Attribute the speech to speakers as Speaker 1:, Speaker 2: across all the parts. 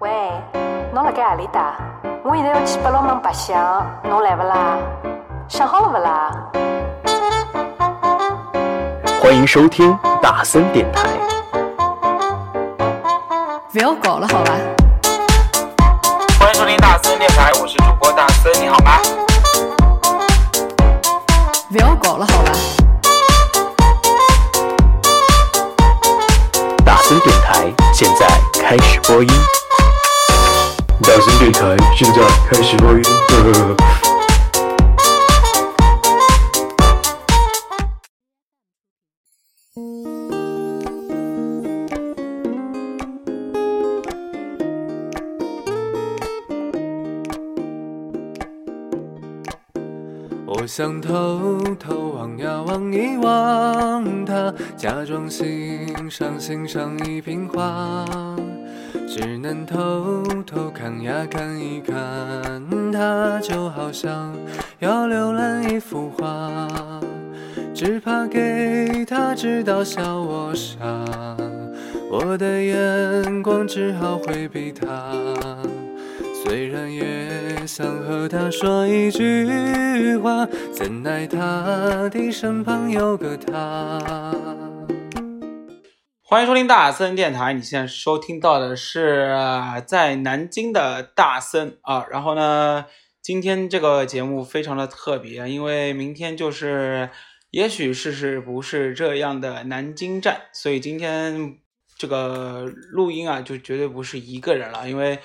Speaker 1: 喂，侬辣盖何里搭？我现在要去八龙门白相，侬来勿啦？想好了勿啦？
Speaker 2: 欢迎收听大森电台。
Speaker 3: 不要搞了好吧？
Speaker 4: 欢迎收听大森电台，我是主播大森，你好吗？
Speaker 3: 不要搞了好吧？
Speaker 2: 大森电台现在开始播音。
Speaker 5: 大森电台现在开始播音。呵 呵呵
Speaker 6: 我想偷偷望呀望一望她，假装欣赏欣赏一瓶花，只能偷偷看呀看一看她，就好像要浏览一幅画，只怕给她知道笑我傻，我的眼光只好回避她。虽然也想和他说一句话，怎奈他的身旁有个她。
Speaker 4: 欢迎收听大森电台，你现在收听到的是呃在南京的大森啊。然后呢，今天这个节目非常的特别，因为明天就是，也许是是不是这样的南京站，所以今天这个录音啊，就绝对不是一个人了，因为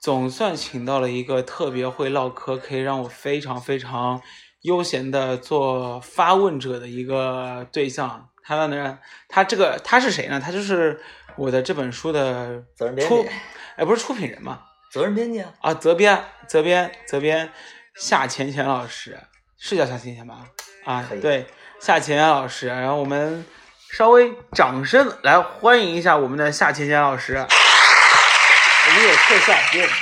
Speaker 4: 总算请到了一个特别会唠嗑，可以让我非常非常悠闲的做发问者的一个对象。他呢，他这个他是谁呢？他就是我的这本书的
Speaker 7: 责任编
Speaker 4: 出
Speaker 7: 辑，
Speaker 4: 哎，不是出品人嘛？
Speaker 7: 责任编辑啊，
Speaker 4: 啊，责编，责编，责编，夏浅浅老师是叫夏浅浅吧？啊
Speaker 7: 可，以
Speaker 4: 对，夏浅浅老师。然后我们稍微掌声来欢迎一下我们的夏浅浅老师。我们有特效，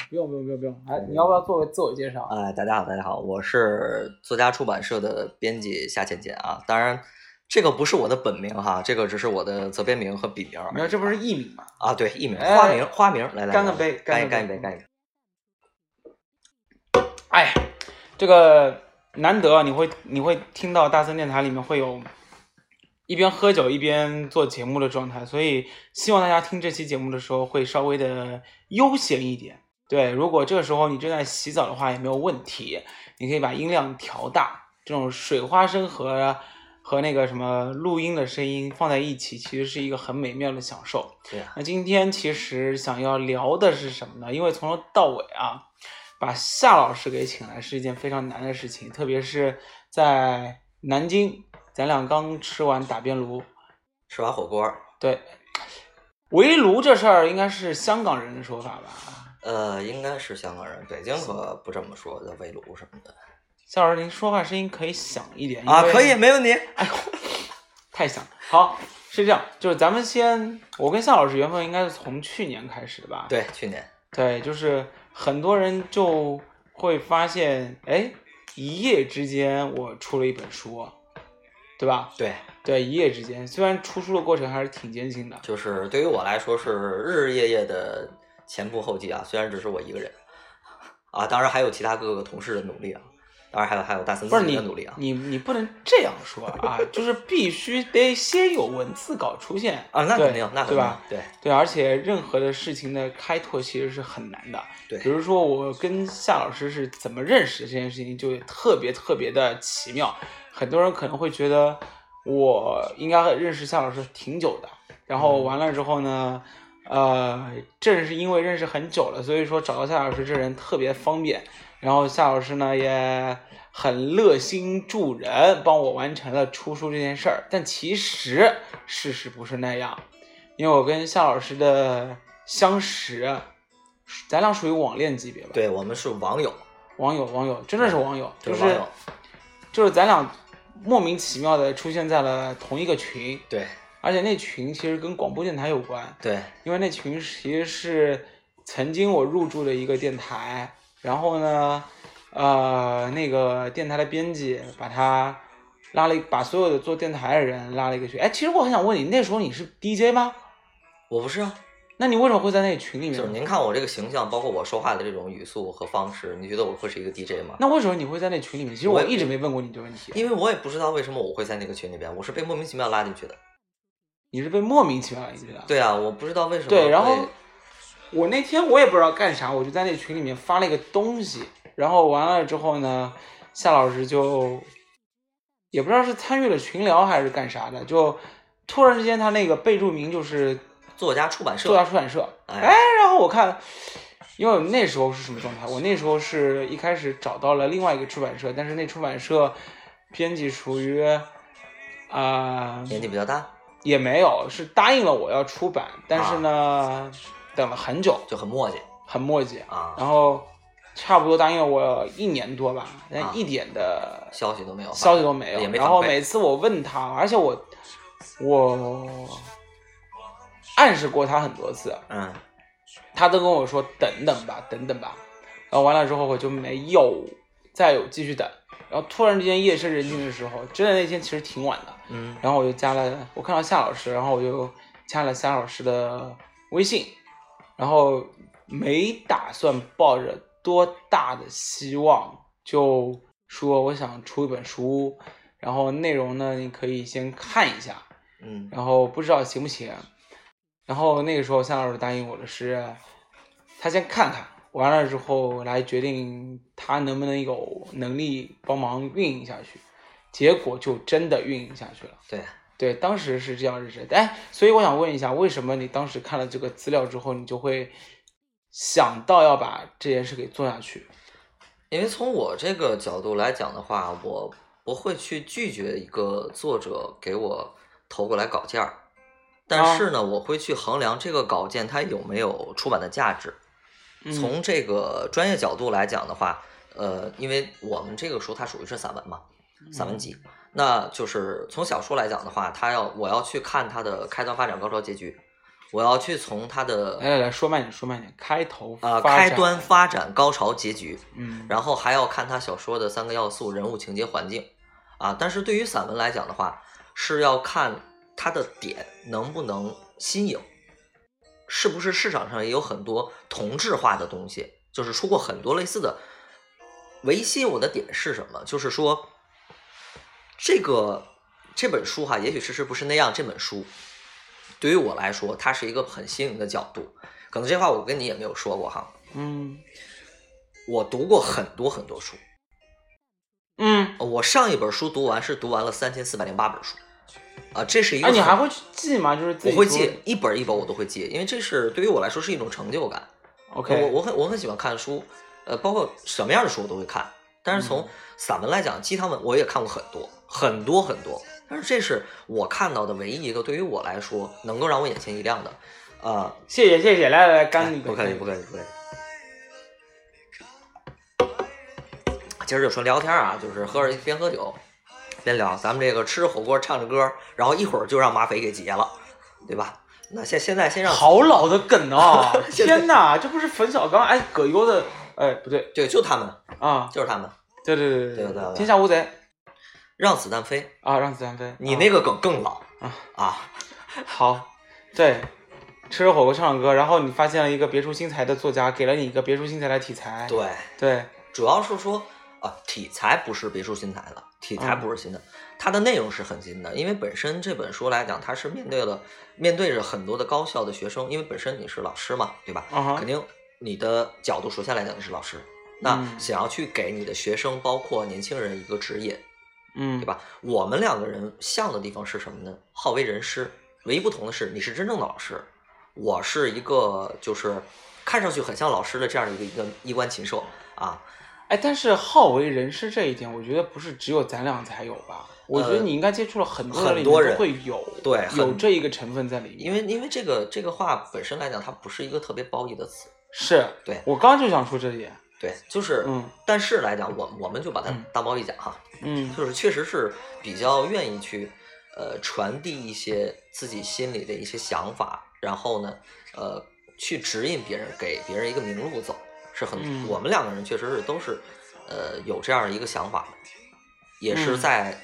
Speaker 4: 不用，不用，不用，不用，不用。哎，你要不要做个自我介绍？
Speaker 7: 哎，大家好，大家好，我是作家出版社的编辑夏浅浅啊。当然，这个不是我的本名哈，这个只是我的责编名和笔名而已。
Speaker 4: 没有，这不是艺名吗？
Speaker 7: 啊，对，艺名、
Speaker 4: 哎
Speaker 7: 花名、花名，来来，
Speaker 4: 干
Speaker 7: 来
Speaker 4: 个杯
Speaker 7: 干一
Speaker 4: 干
Speaker 7: 干
Speaker 4: 个杯嗯
Speaker 7: 一杯，干一杯。
Speaker 4: 哎，这个难得啊你会你会听到大森电台里面会有一边喝酒一边做节目的状态，所以希望大家听这期节目的时候会稍微的悠闲一点。对，如果这个时候你正在洗澡的话也没有问题，你可以把音量调大，这种水花声和和那个什么录音的声音放在一起，其实是一个很美妙的享受。
Speaker 7: 对啊，
Speaker 4: 那今天其实想要聊的是什么呢？因为从头到尾啊，把夏老师给请来是一件非常难的事情，特别是在南京，咱俩刚吃完打边炉，
Speaker 7: 吃完火锅，
Speaker 4: 对，围炉这事儿应该是香港人的说法吧？
Speaker 7: 呃，应该是香港人，北京可不这么说，叫围炉什么的
Speaker 4: 夏老师，您说话声音可以响一点
Speaker 7: 啊，
Speaker 4: 因为
Speaker 7: 可以，没问题。
Speaker 4: 哎呦，太响！好，是这样，就是咱们先，我跟夏老师缘分应该是从去年开始的吧？
Speaker 7: 对，去年
Speaker 4: 对，就是很多人就会发现，哎，一夜之间我出了一本书，对吧？
Speaker 7: 对，
Speaker 4: 对，一夜之间，虽然出书的过程还是挺艰辛的，
Speaker 7: 就是对于我来说是日日夜夜的前仆后继啊，虽然只是我一个人啊，当然还有其他各个同事的努力啊，当然还有还有大森
Speaker 4: 不
Speaker 7: 自
Speaker 4: 是
Speaker 7: 己
Speaker 4: 你
Speaker 7: 的努力啊。
Speaker 4: 你你不能这样说啊， 就是必须得先有文字稿出现
Speaker 7: 啊，那
Speaker 4: 对
Speaker 7: 肯定，那肯
Speaker 4: 对
Speaker 7: 定
Speaker 4: 吧？，
Speaker 7: 对
Speaker 4: 对，而且任何的事情的开拓其实是很难的。比
Speaker 7: 对
Speaker 4: 如说我跟夏老师是怎么认识的这件事情，就特别特别的奇妙。很多人可能会觉得我应该认识夏老师挺久的，然
Speaker 7: 嗯
Speaker 4: 后完了之后呢，呃，正是因为认识很久了，所以说找到夏老师这人特别方便。然后夏老师呢也很热心助人，帮我完成了出书这件事儿。但其实事实不是那样，因为我跟夏老师的相识，咱俩属于网恋级别吧？，
Speaker 7: 对，我们是网友，
Speaker 4: 网友网友真的是网友，
Speaker 7: 就
Speaker 4: 就是
Speaker 7: 网
Speaker 4: 是
Speaker 7: 友，
Speaker 4: 就是咱俩莫名其妙的出现在了同一个群，
Speaker 7: 对
Speaker 4: 而且那群其实跟广播电台有关，
Speaker 7: 对
Speaker 4: 因为那群其实是曾经我入驻的一个电台，然后呢，呃，那个电台的编辑把他拉了一，把所有的做电台的人拉了一个群。哎，其实我很想问你，那时候你是 DJ 吗？
Speaker 7: 我不是啊，
Speaker 4: 那你为什么会在那个群里面？
Speaker 7: 就是您看我这个形象，包括我说话的这种语速和方式，你觉得我会是一个 DJ 吗？
Speaker 4: 那为什么你会在那群里面？其实
Speaker 7: 我
Speaker 4: 我
Speaker 7: 也
Speaker 4: 一直没问过你这个问题，
Speaker 7: 因为我也不知道为什么我会在那个群里边，我是被莫名其妙拉进去的。
Speaker 4: 你是被莫名其妙拉进去的。
Speaker 7: 对啊，我不知道为什么
Speaker 4: 对，然后
Speaker 7: 会
Speaker 4: 我那天我也不知道干啥，我就在那群里面发了一个东西，然后完了之后呢，夏老师就也不知道是参与了群聊还是干啥的，就突然之间他那个备注名就是
Speaker 7: 作家出版社
Speaker 4: 作家出版社，
Speaker 7: 哎
Speaker 4: 哎，然后我看。因为我那时候是什么状态？我那时候是一开始找到了另外一个出版社，但是那出版社编辑属于啊、
Speaker 7: 年纪比较大，
Speaker 4: 也没有，是答应了我要出版，但是呢，
Speaker 7: 啊
Speaker 4: 等了很久，
Speaker 7: 就很磨叽
Speaker 4: 很磨叽，
Speaker 7: 啊，
Speaker 4: 然后差不多答应了我一年多吧，
Speaker 7: 啊
Speaker 4: 但一点的
Speaker 7: 消息都没有，
Speaker 4: 消息都没有。
Speaker 7: 也没
Speaker 4: 然
Speaker 7: 反
Speaker 4: 后
Speaker 7: 馈
Speaker 4: 每次我问他，而且我我暗示过他很多次，
Speaker 7: 嗯，
Speaker 4: 他都跟我说等等吧，等等吧。然后完了之后，我就没有再有继续等。然后突然之间夜深人静的时候，真的那天其实挺晚的，
Speaker 7: 嗯，
Speaker 4: 然后我就加了，我看到夏老师，然后我就加了夏老师的微信，然后没打算抱着多大的希望，就说我想出一本书，然后内容呢你可以先看一下，
Speaker 7: 嗯，
Speaker 4: 然后不知道行不行。然后那个时候夏老师答应我的是，他先看看，完了之后来决定他能不能有能力帮忙运营下去。结果就真的运营下去了。
Speaker 7: 对，
Speaker 4: 对，当时是这样认识的。哎，所以我想问一下，为什么你当时看了这个资料之后，你就会想到要把这件事给做下去？
Speaker 7: 因为从我这个角度来讲的话，我不会去拒绝一个作者给我投过来稿件儿，但是
Speaker 4: 啊
Speaker 7: 呢，我会去衡量这个稿件它有没有出版的价值。
Speaker 4: 嗯
Speaker 7: 从这个专业角度来讲的话，呃，因为我们这个书它属于是散文嘛，散
Speaker 4: 嗯
Speaker 7: 文集，那就是从小说来讲的话，它要我要去看它的开端、发展、高潮、结局，我要去从它的
Speaker 4: 来来来说慢点，说慢点，开头
Speaker 7: 呃
Speaker 4: 发
Speaker 7: 开
Speaker 4: 展
Speaker 7: 端、，发展、高潮、结局，
Speaker 4: 嗯，
Speaker 7: 然后还要看他小说的三个要素：人物、情节、环境啊。但是对于散文来讲的话，是要看它的点能不能新颖，是不是市场上也有很多同质化的东西，就是出过很多类似的。唯一吸引我的点是什么？就是说，这个这本书哈，也许迟迟不是那样。这本书对于我来说，它是一个很新颖的角度。可能这话我跟你也没有说过哈。
Speaker 4: 嗯
Speaker 7: 我读过很多很多书，
Speaker 4: 嗯，
Speaker 7: 我上一本书读完是读完了三千四百零八本书，啊，这是一个
Speaker 4: 哎，
Speaker 7: 很。
Speaker 4: 你还会去记吗？就是自
Speaker 7: 我
Speaker 4: 己
Speaker 7: 会
Speaker 4: 说
Speaker 7: 记一本一本，我都会记，因为这是对于我来说是一种成就感。
Speaker 4: ，OK，
Speaker 7: 我我很我很喜欢看书，呃，包括什么样的书我都会看。但
Speaker 4: 嗯
Speaker 7: 是从散文来讲，鸡汤文我也看过很多很多很多，但是这是我看到的唯一一个对于我来说能够让我眼前一亮的，啊、
Speaker 4: 谢谢谢谢，来来来，干
Speaker 7: 哎
Speaker 4: 你一杯
Speaker 7: 不客气不客气不客气。今儿就说聊天啊，就是喝着边喝酒边聊，咱们这个吃着火锅唱着歌，然后一会儿就让马匪给劫了，对吧？那现现在先让
Speaker 4: 好老的梗 啊！
Speaker 7: 现在
Speaker 4: 天哪，这不是冯小刚哎葛优的哎不对
Speaker 7: 对，就他们
Speaker 4: 啊，
Speaker 7: 就是他们，
Speaker 4: 对对对
Speaker 7: 对对对
Speaker 4: 天下无贼
Speaker 7: 让子弹飞。
Speaker 4: 啊，让子弹飞。
Speaker 7: 你
Speaker 4: 啊
Speaker 7: 那个梗更老
Speaker 4: 啊
Speaker 7: 啊！
Speaker 4: 好，对，吃着火锅唱着歌，然后你发现了一个别出心裁的作家，给了你一个别出心裁的题材。
Speaker 7: 对，
Speaker 4: 对，
Speaker 7: 主要是说啊，题材不是别出心裁的，题材不是新的，它的内容是很新的，因为本身这本书来讲，它是面对了面对着很多的高校的学生，因为本身你是老师嘛，对吧？
Speaker 4: 啊哈
Speaker 7: 肯，定你的角度，首先来讲你是老师，那
Speaker 4: 嗯
Speaker 7: 想要去给你的学生，包括年轻人一个职业，
Speaker 4: 嗯，
Speaker 7: 对？吧？我们两个人像的地方是什么呢？好为人师。唯一不同的是，你是真正的老师，我是一个就是看上去很像老师的这样的一个一个衣冠禽兽啊。
Speaker 4: 哎，但是好为人师这一点，我觉得不是只有咱俩才有吧？我觉得你应该接触了很多人，
Speaker 7: 呃很多
Speaker 4: 里面
Speaker 7: 人
Speaker 4: 都会有
Speaker 7: 对很
Speaker 4: 有这一个成分在里面。
Speaker 7: 因为因为这个这个话本身来讲，它不是一个特别褒义的词，
Speaker 4: 是
Speaker 7: 对
Speaker 4: 我刚就想说这点。
Speaker 7: 对，就是，
Speaker 4: 嗯
Speaker 7: 但是来讲，我我们就把它
Speaker 4: 嗯
Speaker 7: 当褒义讲哈，
Speaker 4: 嗯
Speaker 7: 就是确实是比较愿意去呃传递一些自己心里的一些想法，然后呢，呃，去指引别人，给别人一个明路走，是很、
Speaker 4: 嗯
Speaker 7: 我们两个人确实是都是呃有这样的一个想法的，也是
Speaker 4: 嗯
Speaker 7: 在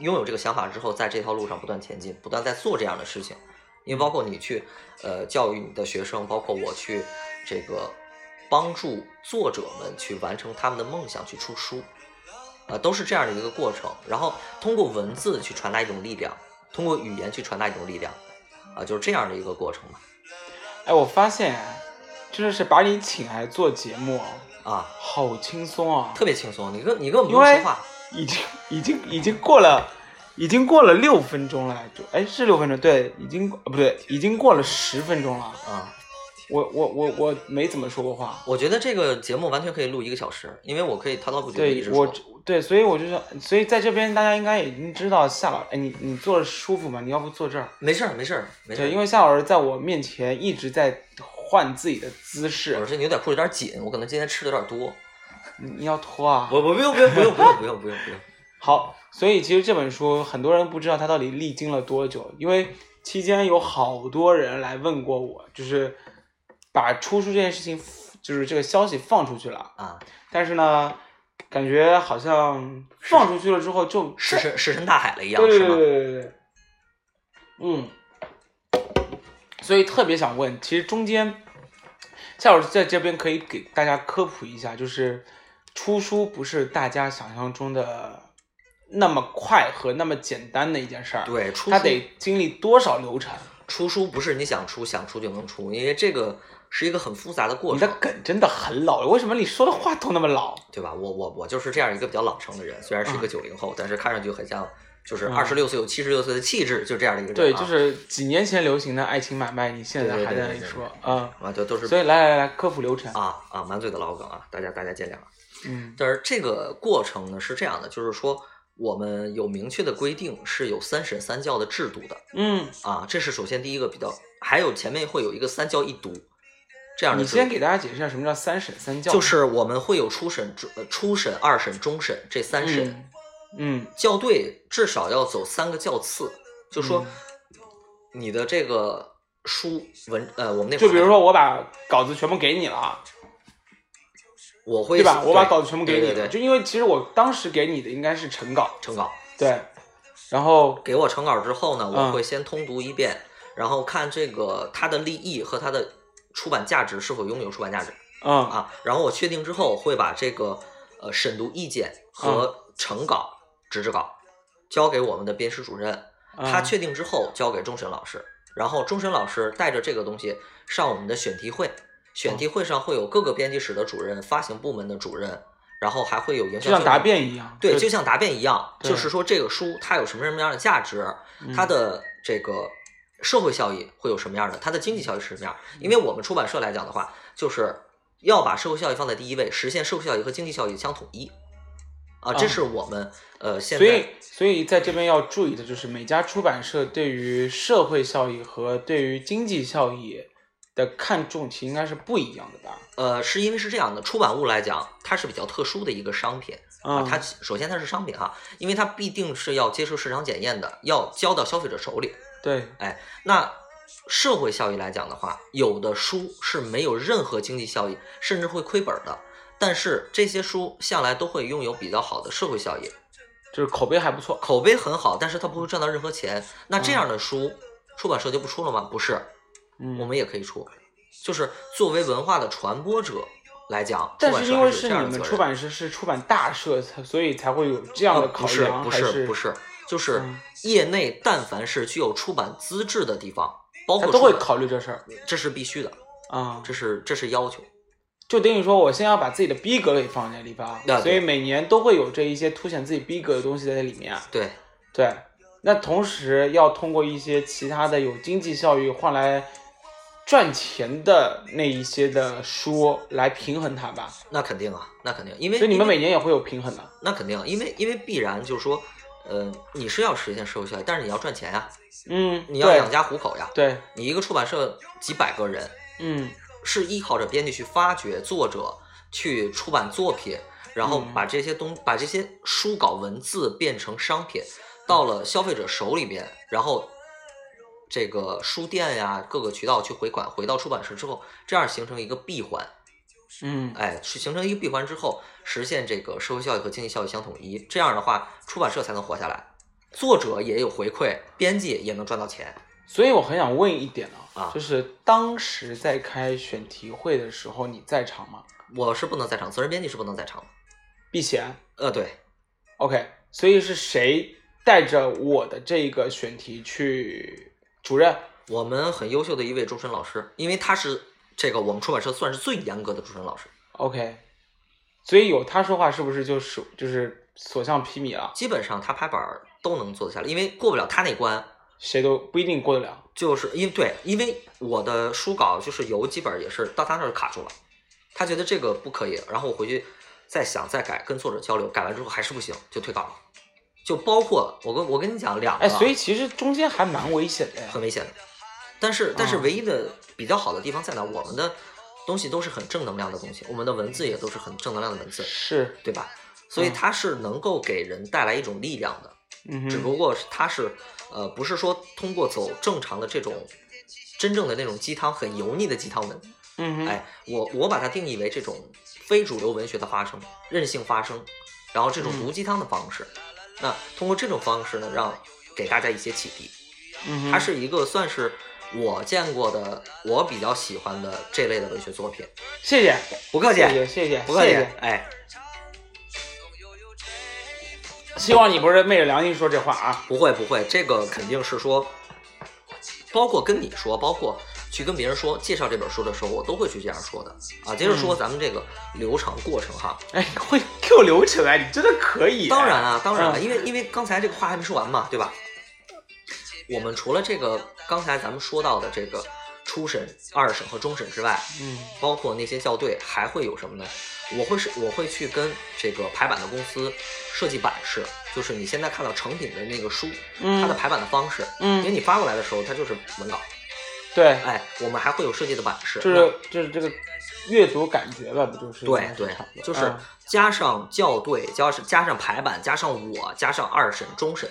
Speaker 7: 拥有这个想法之后，在这条路上不断前进，不断在做这样的事情。因为包括你去呃教育你的学生，包括我去这个帮助作者们去完成他们的梦想，去出书，啊、都是这样的一个过程。然后通过文字去传达一种力量，通过语言去传达一种力量，啊、就是这样的一个过程嘛。
Speaker 4: 哎，我发现真的是把你请来做节目，
Speaker 7: 啊，
Speaker 4: 好轻松啊！
Speaker 7: 特别轻松，你跟你根本
Speaker 4: 因
Speaker 7: 不用
Speaker 4: 为
Speaker 7: 说话，
Speaker 4: 已经已经已经过了，已经过了六分钟了，就哎是六分钟，对，已经呃不对，已经过了十分钟了。
Speaker 7: 啊、
Speaker 4: 我我我我没怎么说过话，
Speaker 7: 我觉得这个节目完全可以录一个小时，因为我可以滔滔不绝的一
Speaker 4: 对
Speaker 7: 直
Speaker 4: 我
Speaker 7: 说。
Speaker 4: 对，所以我就说，所以在这边大家应该已经知道夏老，哎你你坐着舒服吗？你要不坐这儿？
Speaker 7: 没事儿，没事儿，没事儿。
Speaker 4: 对，因为夏老师在我面前一直在换自己的姿
Speaker 7: 我
Speaker 4: 势，
Speaker 7: 这牛仔裤有点紧，我可能今天吃的有点多。
Speaker 4: 你你要脱啊？
Speaker 7: 我我不用不用不用不用不用不用 不用。
Speaker 4: 好，所以其实这本书很多人不知道它到底历经了多久，因为期间有好多人来问过我，就是把出书这件事情，就是这个消息放出去了，
Speaker 7: 啊，
Speaker 4: 但是呢，感觉好像放出去了之后就
Speaker 7: 石沉石沉大海了一样，
Speaker 4: 对对
Speaker 7: 是
Speaker 4: 对
Speaker 7: 吗？
Speaker 4: 对对对，嗯，所以特别想问，其实中间夏老师在这边可以给大家科普一下，就是出书不是大家想象中的那么快和那么简单的一件事儿，，
Speaker 7: 对，出
Speaker 4: 它
Speaker 7: 书
Speaker 4: 得经历多少流程？
Speaker 7: 出书不是你想出想出就能出，因为这个是一个很复杂的过
Speaker 4: 你的
Speaker 7: 程，
Speaker 4: 梗真的很老，为什么你说的话都那么老？
Speaker 7: 对吧？我我我就是这样一个比较老成的人，虽然是一个九零后，但是看上去很像就是
Speaker 4: 嗯
Speaker 7: 二十六岁有七十六岁的气质，就这样的一个人、
Speaker 4: 对，
Speaker 7: 啊。
Speaker 4: 就是几年前流行的爱情买卖，你现在
Speaker 7: 对对
Speaker 4: 还
Speaker 7: 对
Speaker 4: 在那
Speaker 7: 对
Speaker 4: 里
Speaker 7: 对
Speaker 4: 说
Speaker 7: 对，
Speaker 4: 嗯，
Speaker 7: 啊，就都是
Speaker 4: 所以来来来，科普流程，
Speaker 7: 啊啊，满嘴的老梗啊，大家大家见谅啊。
Speaker 4: 嗯
Speaker 7: 但是这个过程呢是这样的，就是说我们有明确的规定，是有三审三教的制度的
Speaker 4: 嗯，
Speaker 7: 啊，这是首先第一个比较，还有前面会有一个三教一读这样的
Speaker 4: 你
Speaker 7: 制度。
Speaker 4: 先给大家解释一下什么叫三审三教，
Speaker 7: 就是我们会有初审、中呃初审、二审、终审这三审，
Speaker 4: 嗯，嗯，
Speaker 7: 校对至少要走三个校次，就说
Speaker 4: 嗯
Speaker 7: 你的这个书文呃，我们那会儿
Speaker 4: 就比如说我把稿子全部给你了，啊
Speaker 7: 我会
Speaker 4: 对吧？我把稿子全部给你
Speaker 7: 对
Speaker 4: 了，
Speaker 7: 对对
Speaker 4: 就因为其实我当时给你的应该是成稿，
Speaker 7: 成稿。
Speaker 4: 对，然后
Speaker 7: 给我成稿之后呢，
Speaker 4: 嗯
Speaker 7: 我会先通读一遍，然后看这个它的立意和它的出版价值是否拥有出版价值
Speaker 4: 嗯
Speaker 7: 啊。然后我确定之后，会把这个呃审读意见和
Speaker 4: 嗯
Speaker 7: 成稿、纸质稿交给我们的编师主任，
Speaker 4: 嗯
Speaker 7: 他确定之后交给终审老师，然后终审老师带着这个东西上我们的选题会，
Speaker 4: 嗯
Speaker 7: 选题会上会有各个编辑室的主任、发行部门的主任，然后还会有营销
Speaker 4: 就像
Speaker 7: 宣
Speaker 4: 答
Speaker 7: 传
Speaker 4: 辩一样，
Speaker 7: 对，就像答辩一样，
Speaker 4: 对
Speaker 7: 就是说这个书它有什么什么样的价值，
Speaker 4: 嗯
Speaker 7: 它的这个社会效益会有什么样的，它的经济效益是什么样。
Speaker 4: 嗯
Speaker 7: 因为我们出版社来讲的话，就是要把社会效益放在第一位，实现社会效益和经济效益相统一。啊，这
Speaker 4: 啊
Speaker 7: 是我们呃现
Speaker 4: 所以
Speaker 7: 在
Speaker 4: 所以在这边要注意的就是每家出版社对于社会效益和对于经济效益的看重其实应该是不一样的吧？
Speaker 7: 呃是因为是这样的，出版物来讲，它是比较特殊的一个商品。啊
Speaker 4: 嗯，，
Speaker 7: 它首先它是商品哈、因为它必定是要接受市场检验的，要交到消费者手里。
Speaker 4: 对，
Speaker 7: 那社会效益来讲的话，有的书是没有任何经济效益，甚至会亏本的。但是这些书向来都会拥有比较好的社会效益，
Speaker 4: 就是口碑还不错，
Speaker 7: 口碑很好，但是它不会赚到任何钱。那这样的书，出版社就不出了吗？不是，
Speaker 4: 嗯，
Speaker 7: 我们也可以出。就是作为文化的传播者来讲，
Speaker 4: 但
Speaker 7: 出版
Speaker 4: 是
Speaker 7: 社
Speaker 4: 因
Speaker 7: 还
Speaker 4: 为
Speaker 7: 是
Speaker 4: 是
Speaker 7: 有这
Speaker 4: 你
Speaker 7: 样的
Speaker 4: 们
Speaker 7: 责
Speaker 4: 出
Speaker 7: 任
Speaker 4: 版社是出版大社，才所以才会有这样
Speaker 7: 呃
Speaker 4: 的考
Speaker 7: 不是
Speaker 4: 量，
Speaker 7: 不
Speaker 4: 还
Speaker 7: 是
Speaker 4: 是
Speaker 7: 不是，就是
Speaker 4: 嗯
Speaker 7: 业内但凡是具有出版资质的地方，包
Speaker 4: 他
Speaker 7: 括
Speaker 4: 都会
Speaker 7: 出版
Speaker 4: 考虑这事儿
Speaker 7: 这是必须的，
Speaker 4: 啊，
Speaker 7: 这是这是要求。
Speaker 4: 就等于说我先要把自己的逼格给放在这地方
Speaker 7: 那，对
Speaker 4: 所以每年都会有这一些凸显自己逼格的东西在这里面。
Speaker 7: 对，
Speaker 4: 对，那同时要通过一些其他的有经济效益换来赚钱的那一些的书来平衡它吧，
Speaker 7: 那肯定啊，那肯定，因为
Speaker 4: 所以你们
Speaker 7: 因为
Speaker 4: 每年也会有平衡的。
Speaker 7: 那肯定，因为因为必然就是说，呃，你是要实现社会效益，但是你要赚钱呀、
Speaker 4: 嗯，
Speaker 7: 你要
Speaker 4: 对
Speaker 7: 养家糊口呀。
Speaker 4: 对，
Speaker 7: 你一个出版社几百个人，
Speaker 4: 嗯
Speaker 7: 是依靠着编辑去发掘作者，去出版作品，然后
Speaker 4: 嗯
Speaker 7: 把这些东把这些书稿文字变成商品，到了消费者手里边，然后这个书店呀各个渠道去回款，回到出版社之后，这样形成一个闭环。
Speaker 4: 嗯
Speaker 7: 哎，是形成一个闭环之后，实现这个社会效益和经济效益相统一。这样的话，出版社才能活下来，作者也有回馈，编辑也能赚到钱。
Speaker 4: 所以我很想问一点
Speaker 7: 啊
Speaker 4: 就是当时在开选题会的时候，你在场吗？
Speaker 7: 我是不能在场，责任编辑是不能在场的。
Speaker 4: 避嫌
Speaker 7: 呃，对，
Speaker 4: ，OK，所以是谁带着我的这个选题去主任？
Speaker 7: 我们很优秀的一位主审老师，因为他是这个我们出版社算是最严格的主审老师，
Speaker 4: OK，所以有他说话是不是就是就是所向披靡了？
Speaker 7: 基本上他拍板儿都能做得下来，因为过不了他那关，
Speaker 4: 谁都不一定过得了。
Speaker 7: 就是因为对，因为我的书稿就是有几本也是到他那儿卡住了，他觉得这个不可以，然后我回去再想再改，跟作者交流，改完之后还是不行，就退稿了。就包括我跟我跟你讲两个，
Speaker 4: 哎，所以其实中间还蛮危险的呀。
Speaker 7: 啊很危险的。但是但是
Speaker 4: 啊
Speaker 7: 唯一的比较好的地方在哪？我们的东西都是很正能量的东西，我们的文字也都是很正能量的文字，
Speaker 4: 是，
Speaker 7: 对吧？所以
Speaker 4: 嗯
Speaker 7: 它是能够给人带来一种力量的，
Speaker 4: 嗯
Speaker 7: 只
Speaker 4: 哼，
Speaker 7: 不过是它是呃不是说通过走正常的这种真正的那种鸡汤很油腻的鸡汤文，
Speaker 4: 嗯哼，
Speaker 7: 哎，我我把它定义为这种非主流文学的发生，任性发生，然后这种
Speaker 4: 嗯
Speaker 7: 毒鸡汤的方式，那通过这种方式呢，让给大家一些启迪，
Speaker 4: 嗯哼，
Speaker 7: 它是一个算是我见过的我比较喜欢的这类的文学作品，
Speaker 4: 谢谢，
Speaker 7: 不客气
Speaker 4: 谢，谢，谢谢，
Speaker 7: 不客
Speaker 4: 谢
Speaker 7: 气
Speaker 4: 谢，，
Speaker 7: 哎，
Speaker 4: 希望你不是昧着良心说这话啊。
Speaker 7: 不会不会，这个肯定是说，包括跟你说，包括去跟别人说介绍这本书的时候，我都会去这样说的啊。接着
Speaker 4: 嗯
Speaker 7: 说咱们这个流程过程哈，
Speaker 4: 哎，你会 Q 流程啊，你真的可以。
Speaker 7: 当然，啊，当然啊，
Speaker 4: 嗯
Speaker 7: 因为因为刚才这个话还没说完嘛，对吧？我们除了这个刚才咱们说到的这个初审、二审和终审之外，
Speaker 4: 嗯
Speaker 7: 包括那些校队，还会有什么呢？我会是我会去跟这个排版的公司设计版式，就是你现在看到成品的那个书，
Speaker 4: 嗯
Speaker 7: 它的排版的方式，因为
Speaker 4: 嗯，
Speaker 7: 你发过来的时候它就是文稿，
Speaker 4: 对，
Speaker 7: 哎，我们还会有设计的版式，
Speaker 4: 就是就是这个阅读感觉吧，不就是？
Speaker 7: 那对对，就是
Speaker 4: 嗯
Speaker 7: 加上校对，加上加上排版，加上我，加上二审、终审，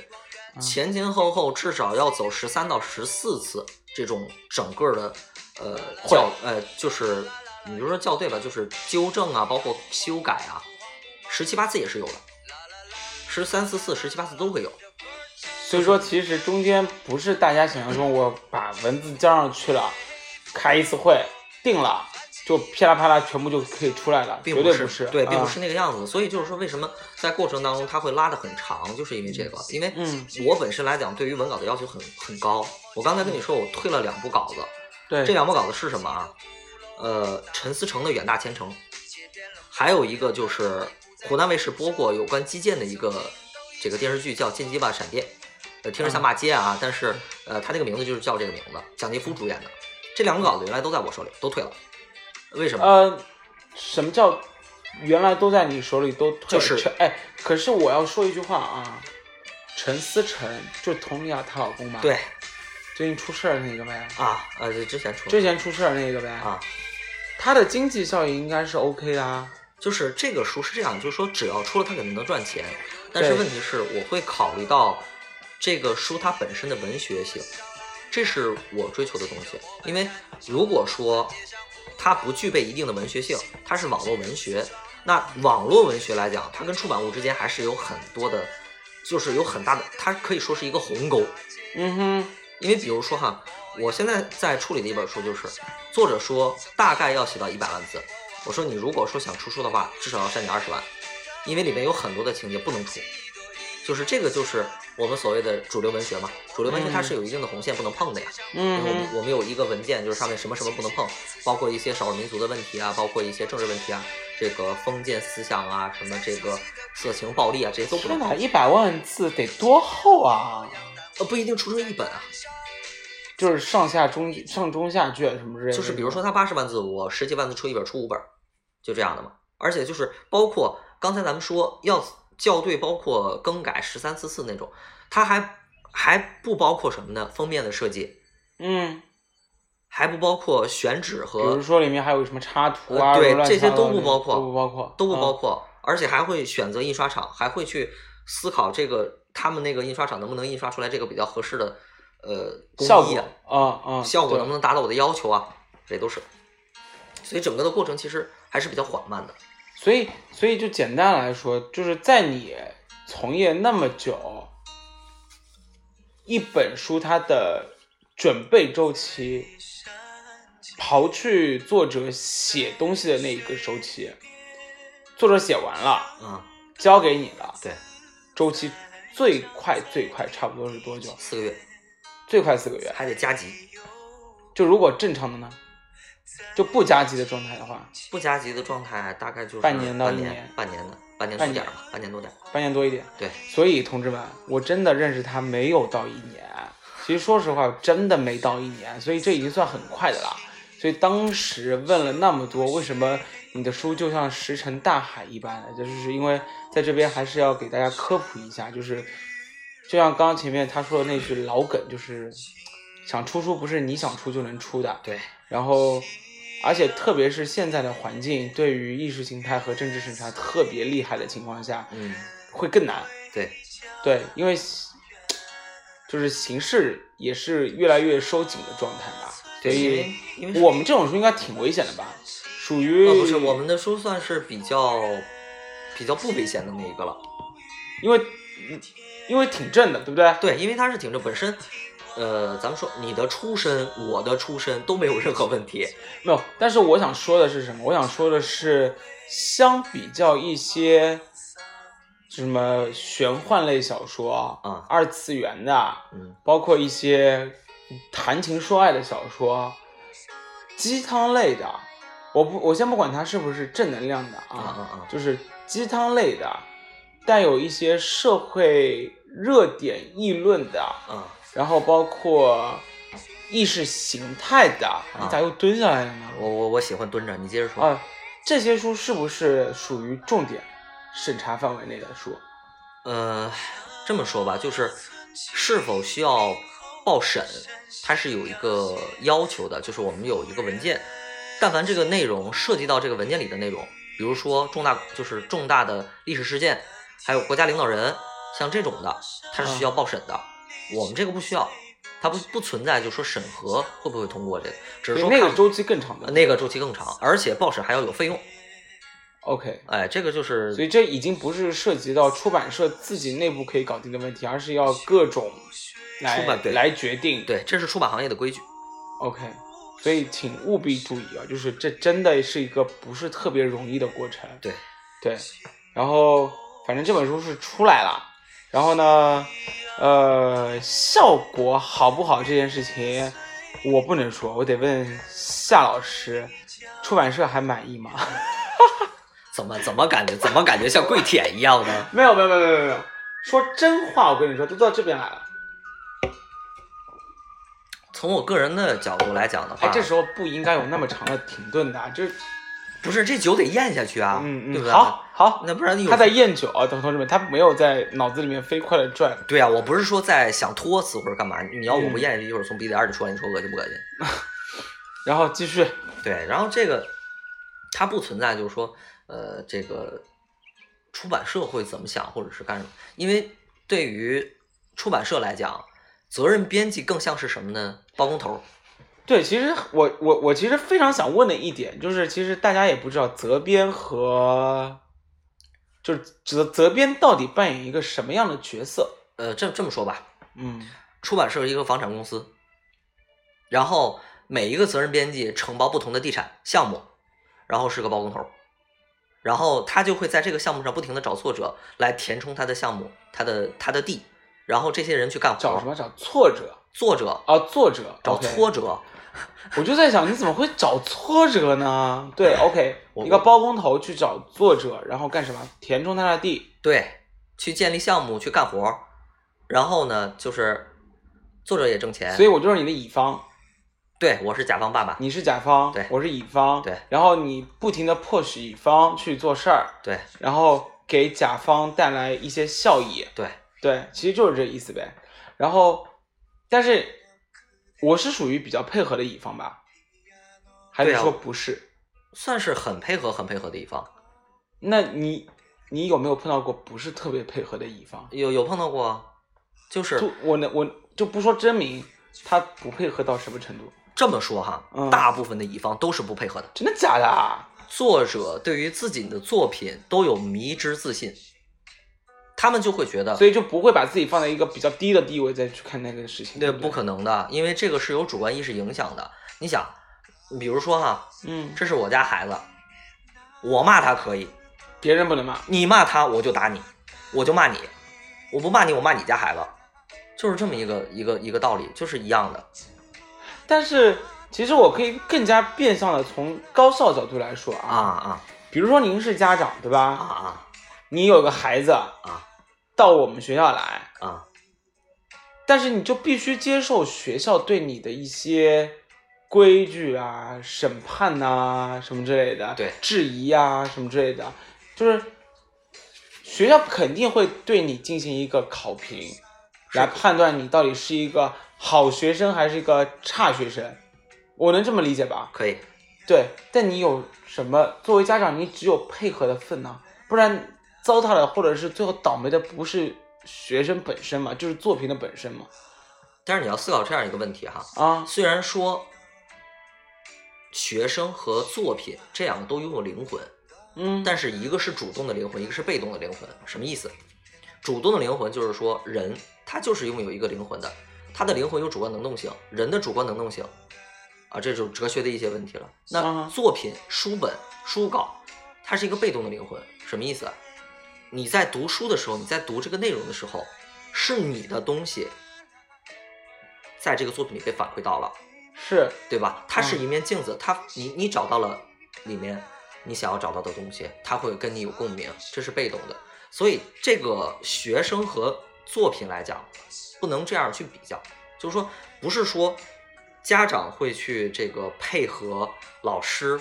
Speaker 4: 嗯
Speaker 7: 前前后后至少要走十三到十四次这种整个的呃
Speaker 4: 会
Speaker 7: 校呃就是你就说校对吧，就是纠正啊，包括修改啊，十七八次也是有的，十三四次、十七八次都会有。
Speaker 4: 所以说，其实中间不是大家想象中，我把文字交上去了，开一次会定了，就噼啦啪啦全部就可以出来了，
Speaker 7: 并
Speaker 4: 绝对
Speaker 7: 是
Speaker 4: 是，
Speaker 7: 对，并不
Speaker 4: 啊
Speaker 7: 是那个样子。所以就是说，为什么在过程当中它会拉得很长，就是因为这个。因为
Speaker 4: 嗯
Speaker 7: 我本身来讲，对于文稿的要求很很高。我刚才跟你说，我退了两部稿子，
Speaker 4: 对
Speaker 7: 这两部稿子是什么啊？呃，陈思诚的《远大前程》，还有一个就是湖南卫视播过有关击剑的一个这个电视剧叫《剑击吧闪电》，呃，听
Speaker 4: 嗯
Speaker 7: 着像骂街啊，但是呃，他这个名字就是叫这个名字，蒋劲夫主演的。这两部稿子原来都在我手里，都退了。为什么？
Speaker 4: 呃，什么叫原来都在你手里都退了？
Speaker 7: 就是
Speaker 4: 陈哎，可是我要说一句话啊，陈思诚就佟丽娅她老公吧？，
Speaker 7: 对
Speaker 4: 最近出事儿那个呗，
Speaker 7: 啊，呃，这之前出的
Speaker 4: 之前出事儿那个呗，
Speaker 7: 啊，
Speaker 4: 他的经济效益应该是 OK 的啊。
Speaker 7: 就是这个书是这样，就是说只要出了它肯定能赚钱，但是
Speaker 4: 对
Speaker 7: 问题是我会考虑到这个书它本身的文学性，这是我追求的东西。因为如果说它不具备一定的文学性，它是网络文学，那网络文学来讲，它跟出版物之间还是有很多的，就是有很大的，它可以说是一个鸿沟。
Speaker 4: 嗯哼，
Speaker 7: 因为比如说哈，我现在在处理的一本书就是，作者说大概要写到一百万字，我说你如果说想出书的话，至少要删减二十万，因为里面有很多的情节不能出，就是这个就是我们所谓的主流文学嘛，主流文学它是有一定的红线不能碰的呀，因
Speaker 4: 嗯
Speaker 7: 为我们
Speaker 4: 哼，
Speaker 7: 我们有一个文件就是上面什么什么不能碰，包括一些少数民族的问题啊，包括一些政治问题啊，这个封建思想啊，什么这个色情暴力啊，这些都不能
Speaker 4: 天
Speaker 7: 碰
Speaker 4: 哪，。一百万字得多厚啊！
Speaker 7: 呃，不一定出成一本啊，
Speaker 4: 就是上下中上中下卷什么之类的，
Speaker 7: 就是比如说他八十万字，我十几万字出一本，出五本，就这样的嘛。而且就是包括刚才咱们说要校对，包括更改十三四次那种，它还还不包括什么呢？封面的设计，
Speaker 4: 嗯，
Speaker 7: 还不包括选址
Speaker 4: 比
Speaker 7: 和
Speaker 4: 如说里面还有什么插图啊，
Speaker 7: 呃对
Speaker 4: 乱七八糟的
Speaker 7: 这些都不包括
Speaker 4: 都不包括，
Speaker 7: 都不包
Speaker 4: 嗯。
Speaker 7: 括，而且还会选择印刷厂，还会去思考这个他们那个印刷厂能不能印刷出来这个比较合适的呃工
Speaker 4: 效
Speaker 7: 艺
Speaker 4: 果
Speaker 7: 啊，
Speaker 4: 啊啊，
Speaker 7: 效果能不
Speaker 4: 能？
Speaker 7: 能达到我的要求啊，这都是。所以整个的过程其实还是比较缓慢的。
Speaker 4: 所以所以就简单来说，就是在你从业那么久，一本书它的准备周期，刨去作者写东西的那一个周期，作者写完了，
Speaker 7: 嗯，
Speaker 4: 交给你了，
Speaker 7: 对，
Speaker 4: 周期最快最快差不多是多久？
Speaker 7: 四个月
Speaker 4: 最快四个月。
Speaker 7: 还得加急，
Speaker 4: 就如果正常的呢，就不加急的状态的话，
Speaker 7: 不加急的状态大概就是
Speaker 4: 半年到
Speaker 7: 半
Speaker 4: 一
Speaker 7: 年
Speaker 4: 年，
Speaker 7: 半年的，半
Speaker 4: 半
Speaker 7: 年多点
Speaker 4: 年
Speaker 7: 吧，半年多点儿。
Speaker 4: 半年多一点。
Speaker 7: 对，
Speaker 4: 所以同志们，我真的认识他没有到一年，其实说实话，真的没到一年，所以这已经算很快的了。所以当时问了那么多，为什么你的书就像石沉大海一般的？就是因为在这边还是要给大家科普一下，就是就像刚刚前面他说的那句老梗，就是想出书不是你想出就能出的，
Speaker 7: 对，
Speaker 4: 然后，而且特别是现在的环境，对于意识形态和政治审查特别厉害的情况下，
Speaker 7: 嗯，
Speaker 4: 会更难。
Speaker 7: 对，
Speaker 4: 对，因为就是形势也是越来越收紧的状态吧，所
Speaker 7: 对，因为
Speaker 4: 以
Speaker 7: 因为
Speaker 4: 我们这种书应该挺危险的吧？属于、
Speaker 7: 呃不是我们的书算是比较比较不危险的那一个了。
Speaker 4: 因为因为挺正的，对不对？
Speaker 7: 对，因为它是挺着本身，呃，咱们说你的出身，我的出身都没有任何问题。
Speaker 4: 没有，但是我想说的是什么？我想说的是，相比较一些什么玄幻类小说
Speaker 7: 啊
Speaker 4: 二次元的，
Speaker 7: 嗯，
Speaker 4: 包括一些谈情说爱的小说，啊鸡汤类的，我不，我先不管它是不是正能量的
Speaker 7: 啊啊
Speaker 4: 啊，
Speaker 7: 啊，
Speaker 4: 就是鸡汤类的，带有一些社会热点议论的，
Speaker 7: 啊，
Speaker 4: 然后包括意识形态的，你咋又蹲下来了呢？
Speaker 7: 我我我喜欢蹲着，你接着说。
Speaker 4: 啊，这些书是不是属于重点审查范围内的书？
Speaker 7: 呃，这么说吧，就是是否需要报审，它是有一个要求的，就是我们有一个文件，但凡这个内容涉及到这个文件里的内容，比如说重大就是重大的历史事件，还有国家领导人，像这种的，它是
Speaker 4: 嗯
Speaker 7: 需要报审的。我们这个不需要，它不不存在就说审核会不会通过这个，只是
Speaker 4: 对
Speaker 7: 说
Speaker 4: 那个
Speaker 7: 看
Speaker 4: 周期更长的
Speaker 7: 呃那个周期更长，而且报审还要有费用。
Speaker 4: OK，
Speaker 7: 哎，这个就是
Speaker 4: 所以这已经不是涉及到出版社自己内部可以搞定的问题，而是要各种来
Speaker 7: 出版对
Speaker 4: 来决定。
Speaker 7: 对，这是出版行业的规矩。
Speaker 4: OK，所以请务必注意啊，就是这真的是一个不是特别容易的过程。
Speaker 7: 对
Speaker 4: 对，然后反正这本书是出来了，然后呢，呃，效果好不好这件事情，我不能说，我得问夏老师，出版社还满意吗？
Speaker 7: 怎么怎么感觉怎么感觉像跪舔一样呢？
Speaker 4: 没有没有没有没有没有，说真话，我跟你说，都到这边来了。
Speaker 7: 从我个人的角度来讲的话，
Speaker 4: 哎，这时候不应该有那么长的停顿的啊，就是
Speaker 7: 不是这酒得咽下去啊，
Speaker 4: 嗯
Speaker 7: 对
Speaker 4: 嗯，
Speaker 7: 不对？
Speaker 4: 好，好，
Speaker 7: 那不然有
Speaker 4: 他在验酒啊，同同志们，他没有在脑子里面飞快的转，
Speaker 7: 对啊，我不是说在想托词或者干嘛，你要我不
Speaker 4: 嗯
Speaker 7: 咽下去，一会儿从鼻子眼里出来，你说恶心不恶心？
Speaker 4: 然后继续，
Speaker 7: 对，然后这个它不存在，就是说，呃，这个出版社会怎么想，或者是干什么？因为对于出版社来讲，责任编辑更像是什么呢？包工头儿。
Speaker 4: 对，其实我我我其实非常想问的一点就是，其实大家也不知道责编和就是责责编到底扮演一个什么样的角色。
Speaker 7: 呃，这这么说吧，
Speaker 4: 嗯，
Speaker 7: 出版社是一个房产公司，然后每一个责任编辑承包不同的地产项目，然后是个包工头儿，然后他就会在这个项目上不停的找作者来填充他的项目、他的他的地，然后这些人去干活。
Speaker 4: 找什么？？找挫折
Speaker 7: 作者
Speaker 4: 啊，作者
Speaker 7: 找
Speaker 4: OK
Speaker 7: 挫折。
Speaker 4: 我就在想，你怎么会找挫折呢？ 对，OK，
Speaker 7: 我
Speaker 4: 一个包工头去找作者，然后干什么？填充他的地。
Speaker 7: 对，去建立项目，去干活儿，然后呢，就是作者也挣钱，
Speaker 4: 所以我就是你的乙方，
Speaker 7: 对我是甲方爸爸，
Speaker 4: 你是甲方，
Speaker 7: 对
Speaker 4: 我是乙方，
Speaker 7: 对
Speaker 4: 然后你不停的迫使乙方去做事儿，
Speaker 7: 对
Speaker 4: 然后给甲方带来一些效益。
Speaker 7: 对，
Speaker 4: 对，其实就是这意思呗。然后，但是我是属于比较配合的乙方吧，还是
Speaker 7: 对啊
Speaker 4: 说不是？
Speaker 7: 算是很配合、很配合的一方。
Speaker 4: 那你你有没有碰到过不是特别配合的乙方？
Speaker 7: 有有碰到过，就是
Speaker 4: 就我能我就不说真名，他不配合到什么程度？
Speaker 7: 这么说哈，
Speaker 4: 嗯
Speaker 7: 大部分的乙方都是不配合的。
Speaker 4: 真的假的啊？
Speaker 7: 作者对于自己的作品都有迷之自信，他们就会觉得
Speaker 4: 所以就不会把自己放在一个比较低的地位再去看那个事情。
Speaker 7: 对，
Speaker 4: 不
Speaker 7: 不
Speaker 4: 对，
Speaker 7: 可能的，因为这个是有主观意识影响的。你想，比如说哈，
Speaker 4: 嗯，
Speaker 7: 这是我家孩子，我骂他可以，
Speaker 4: 别人不能骂，
Speaker 7: 你骂他我就打你，我就骂你，我不骂你我骂你家孩子，就是这么一个一个一个道理，就是一样的。
Speaker 4: 但是其实我可以更加变相的从高校角度来说
Speaker 7: 啊
Speaker 4: 啊，
Speaker 7: 啊
Speaker 4: 比如说您是家长对
Speaker 7: 啊
Speaker 4: 吧？
Speaker 7: 啊
Speaker 4: 你有个孩子
Speaker 7: 啊
Speaker 4: 到我们学校来，
Speaker 7: 啊！
Speaker 4: 但是你就必须接受学校对你的一些规矩啊、审判呐、什么之类的，
Speaker 7: 对
Speaker 4: 质疑啊什么之类的，就是学校肯定会对你进行一个考评，来判断你到底是一个好学生还是一个差学生。我能这么理解吧？
Speaker 7: 可以，
Speaker 4: 对，但你有什么作为家长，你只有配合的份呢、不然糟蹋了，或者是最后倒霉的不是学生本身嘛，就是作品的本身嘛。
Speaker 7: 但是你要思考这样一个问题哈，
Speaker 4: 啊，
Speaker 7: 虽然说学生和作品这两个都拥有灵魂，
Speaker 4: 嗯，
Speaker 7: 但是一个是主动的灵魂，一个是被动的灵魂，什么意思？主动的灵魂就是说人他就是拥有一个灵魂的，他的灵魂有主观能动性，人的主观能动性啊，这就是哲学的一些问题了。那
Speaker 4: 嗯
Speaker 7: 作品、书本、书稿，它是一个被动的灵魂，什么意思啊？你在读书的时候，你在读这个内容的时候，是你的东西在这个作品里被反馈到了，
Speaker 4: 是
Speaker 7: 对吧？它是
Speaker 4: 嗯
Speaker 7: 一面镜子，它你你找到了里面你想要找到的东西，它会跟你有共鸣，这是被动的。所以这个学生和作品来讲，不能这样去比较，就是说不是说家长会去这个配合老师，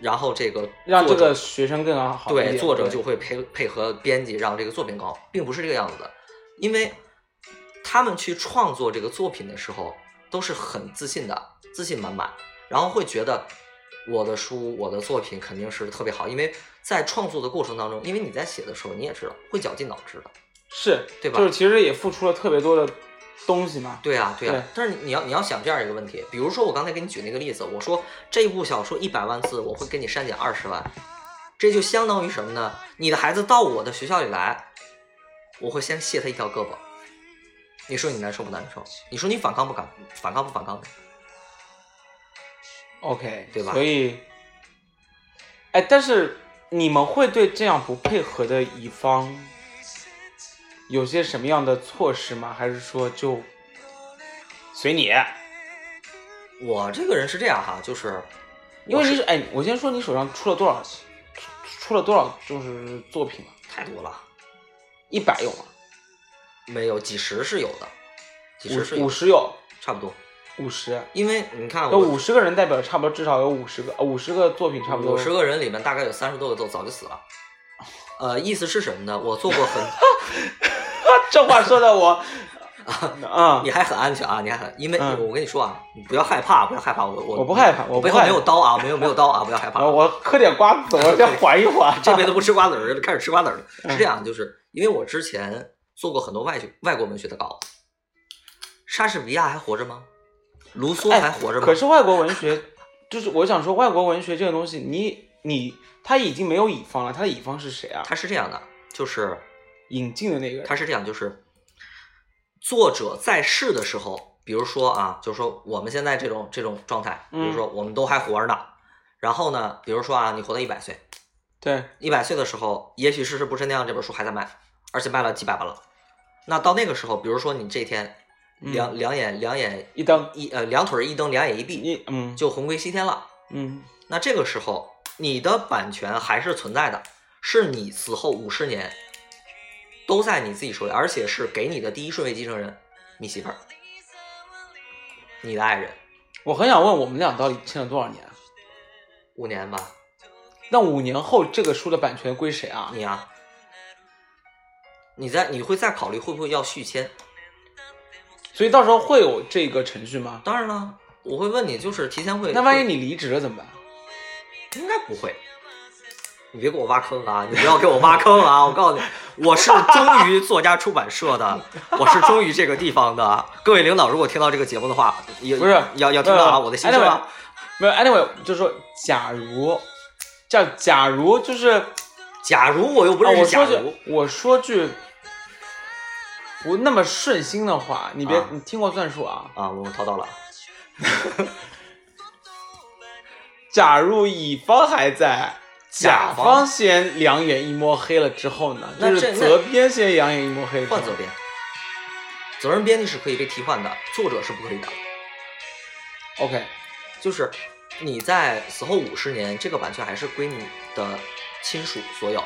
Speaker 7: 然后这个
Speaker 4: 让这
Speaker 7: 作者
Speaker 4: 个学生更好一点。
Speaker 7: 对，作者就会配配合编辑让这个作品更好，并不是这个样子的，因为他们去创作这个作品的时候都是很自信的，自信满满，然后会觉得我的书、我的作品肯定是特别好，因为在创作的过程当中，因为你在写的时候你也知道会绞尽脑汁的，
Speaker 4: 是，
Speaker 7: 对吧
Speaker 4: 就是其实也付出了特别多的东西嘛。
Speaker 7: 对啊，对啊
Speaker 4: 对。
Speaker 7: 但是你要你要想这样一个问题，比如说我刚才给你举那个例子，我说这部小说一百万字，我会给你删减二十万，这就相当于什么呢？你的孩子到我的学校里来，我会先卸他一条胳膊。你说你难受不难受？你说你反抗不敢反抗不反抗呢？
Speaker 4: OK，
Speaker 7: 对吧
Speaker 4: 所以，哎，但是你们会对这样不配合的乙方有些什么样的措施吗？还是说就随你？
Speaker 7: 我这个人是这样哈，就是
Speaker 4: 因为
Speaker 7: 我
Speaker 4: 你
Speaker 7: 是
Speaker 4: 是哎，我先说你手上出了多少，出出了多少就是作品了？
Speaker 7: 太多了，
Speaker 4: 一百有吗？
Speaker 7: 没有几十是有的，几十是
Speaker 4: 五
Speaker 7: 有
Speaker 4: 五
Speaker 7: 的
Speaker 4: 十有，
Speaker 7: 差不多。
Speaker 4: 五十。
Speaker 7: 因为你看
Speaker 4: 有
Speaker 7: 我
Speaker 4: 五十个人代表，差不多至少有五十个，呃五十个作品，差不多
Speaker 7: 五十个人里面大概有三十多个都早就 死了。呃，意思是什么呢？我做过很，
Speaker 4: 这话说的 我，啊
Speaker 7: 你，还很安全啊，你还很，因为、
Speaker 4: 嗯
Speaker 7: 我跟你说啊，你不要害怕，不要害怕，我我
Speaker 4: 我不害怕我不
Speaker 7: 背后
Speaker 4: 害
Speaker 7: 没有
Speaker 4: 怕
Speaker 7: 刀啊，没有没有刀啊，不要害怕。。
Speaker 4: 呃我我嗑点瓜子，我先缓一缓
Speaker 7: 这辈子不吃瓜子儿，开始吃瓜子儿了。
Speaker 4: 嗯
Speaker 7: 是这样，就是因为我之前做过很多外学外国文学的稿，莎士比亚还活着吗？卢梭
Speaker 4: 哎
Speaker 7: 还活着吗？
Speaker 4: 可是外国文学，就是我想说，外国文学这个东西，你你他已经没有乙方了，他的乙方是谁啊？
Speaker 7: 他是这样的，就是
Speaker 4: 引进的那个人
Speaker 7: 他是这样，就是作者在世的时候，比如说啊，就是说我们现在这种这种状态，比
Speaker 4: 嗯
Speaker 7: 如说我们都还活着呢，然后呢，比如说啊，你活到一百岁，
Speaker 4: 对，
Speaker 7: 一百岁的时候，也许《事实不是那样》这本书还在卖，而且卖了几百万了。那到那个时候，比如说你这天
Speaker 4: 嗯
Speaker 7: 两、两眼两眼
Speaker 4: 一蹬
Speaker 7: 一呃两腿一蹬，两眼一闭，
Speaker 4: 你嗯
Speaker 7: 就魂归西天了。
Speaker 4: 嗯
Speaker 7: 那这个时候，你的版权还是存在的，是你死后五十年都在你自己手里，而且是给你的第一顺位继承人，你媳妇儿，你的爱人，
Speaker 4: 我很想问我们俩到底欠了多少年啊？
Speaker 7: 五年吧，
Speaker 4: 那五年后这个书的版权归谁啊？
Speaker 7: 你啊，你在你会再考虑会不会要续签？
Speaker 4: 所以到时候会有这个程序吗？
Speaker 7: 当然了，我会问你，就是提前会，
Speaker 4: 那万一你离职了怎么办？
Speaker 7: 应该不会。你别给我挖坑啊！你不要给我挖坑啊！我告诉你，我是忠于作家出版社的，我是忠于这个地方的。各位领导，如果听到这个节目的话，也
Speaker 4: 不是哎
Speaker 7: 要要听到啊，
Speaker 4: 没有
Speaker 7: 我的心声啊。
Speaker 4: 没有，anyway，就是说，假如，叫假如就是
Speaker 7: 假如我又不
Speaker 4: 啊
Speaker 7: 认
Speaker 4: 我
Speaker 7: 识假
Speaker 4: 说
Speaker 7: 如，
Speaker 4: 句，我说句不那么顺心的话，你别、
Speaker 7: 啊
Speaker 4: 你听过算数啊。
Speaker 7: 啊，我淘到了，
Speaker 4: 假如乙方还在，
Speaker 7: 甲
Speaker 4: 甲
Speaker 7: 方
Speaker 4: 方先两眼一摸黑了之后呢，
Speaker 7: 那
Speaker 4: 就
Speaker 7: 这
Speaker 4: 是责编先两眼一摸黑之后。
Speaker 7: 换责编，责任编辑是可以被替换的，作者是不可以的。
Speaker 4: OK，
Speaker 7: 就是你在死后五十年，这个版权还是归你的亲属所有。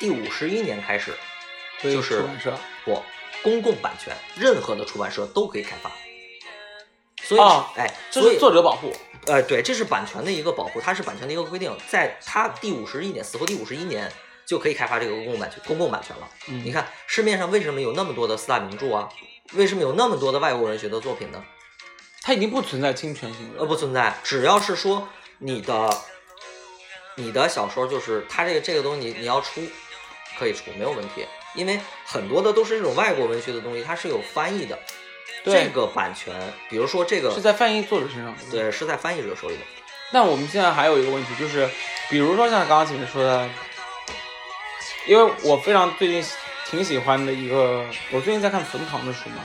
Speaker 7: 第五十一年开始，
Speaker 4: 所以
Speaker 7: 就是
Speaker 4: 出版社
Speaker 7: 不公共版权，任何的出版社都可以开发。所以，
Speaker 4: 哦
Speaker 7: 哎，
Speaker 4: 这
Speaker 7: 所以
Speaker 4: 是作者保护。
Speaker 7: 呃，对，这是版权的一个保护，它是版权的一个规定，在它第五十一年死后第五十一年就可以开发这个公共版权公共版权了。
Speaker 4: 嗯
Speaker 7: 你看市面上为什么有那么多的四大名著啊？为什么有那么多的外国文学的作品呢？
Speaker 4: 它已经不存在侵权行为了。
Speaker 7: 呃，不存在，只要是说你的你的小说，就是它这个这个东西你，你要出可以出，没有问题，因为很多的都是这种外国文学的东西，它是有翻译的，
Speaker 4: 对
Speaker 7: 这个版权，比如说这个
Speaker 4: 是在翻译作者身上的。
Speaker 7: 对是在翻译者手里的，
Speaker 4: 那我们现在还有一个问题，就是比如说像刚刚前面说的，因为我非常最近挺喜欢的一个，我最近在看冯唐的书嘛。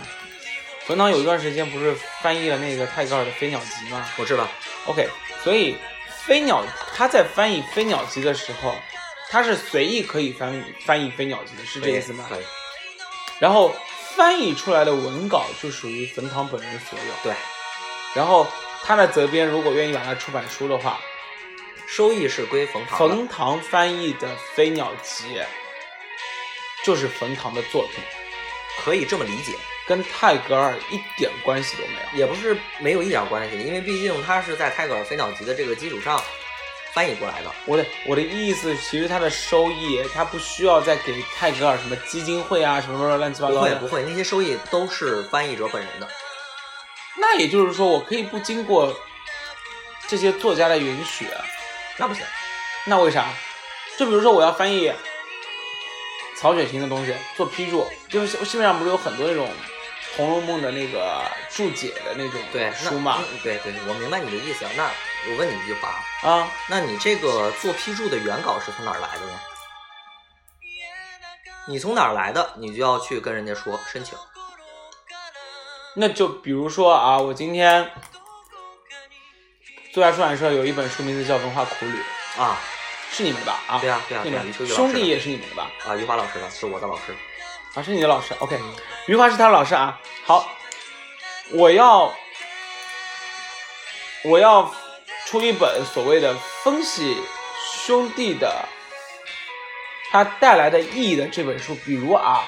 Speaker 4: 冯唐有一段时间不是翻译了那个泰戈尔的《飞鸟集》嘛
Speaker 7: 我知道，
Speaker 4: ？OK，所以《飞鸟》他在翻译《飞鸟集》的时候，他是随意可以翻译翻译《飞鸟集》的，是这意思吗？
Speaker 7: 可以，
Speaker 4: 然后翻译出来的文稿就属于冯唐本人所有，
Speaker 7: 对，
Speaker 4: 然后他的责编如果愿意把它出版书的话，
Speaker 7: 收益是归冯唐的，
Speaker 4: 冯唐翻译的《飞鸟集》就是冯唐的作品，
Speaker 7: 可以这么理解，
Speaker 4: 跟泰戈尔一点关系都没有。
Speaker 7: 也不是没有一点关系，因为毕竟它是在泰戈尔《飞鸟集》的这个基础上翻译过来的，
Speaker 4: 我的我的意思，其实他的收益，他不需要再给泰戈尔什么基金会啊，什么什么乱七八
Speaker 7: 不
Speaker 4: 糟
Speaker 7: 会不
Speaker 4: 的。
Speaker 7: 会，那些收益都是翻译者本人的。
Speaker 4: 那也就是说，我可以不经过这些作家的允许，
Speaker 7: 那不行，
Speaker 4: 那为啥？就比如说我要翻译曹雪芹的东西做批注，就是市面上不是有很多那种《红楼梦》的那个注解的那种
Speaker 7: 对，那
Speaker 4: 书嘛？
Speaker 7: 嗯对对，我明白你的意思。那我问你一句话，
Speaker 4: 啊，
Speaker 7: 那你这个做批注的原稿是从哪儿来的呢？你从哪儿来的，你就要去跟人家说申请。
Speaker 4: 那就比如说啊，我今天作家出版社有一本书，名字叫《文化苦旅》，
Speaker 7: 啊
Speaker 4: 是你们的吧？啊，
Speaker 7: 对啊对啊
Speaker 4: 你
Speaker 7: 对啊余秋
Speaker 4: 们
Speaker 7: 雨老师
Speaker 4: 兄弟
Speaker 7: 的
Speaker 4: 也是你们的吧？
Speaker 7: 啊，于华老师的是我的老师，
Speaker 4: 啊，是你的老师。OK，余华是他的老师啊。好，我要我要出一本所谓的分析兄弟的他带来的意义的这本书，比如啊，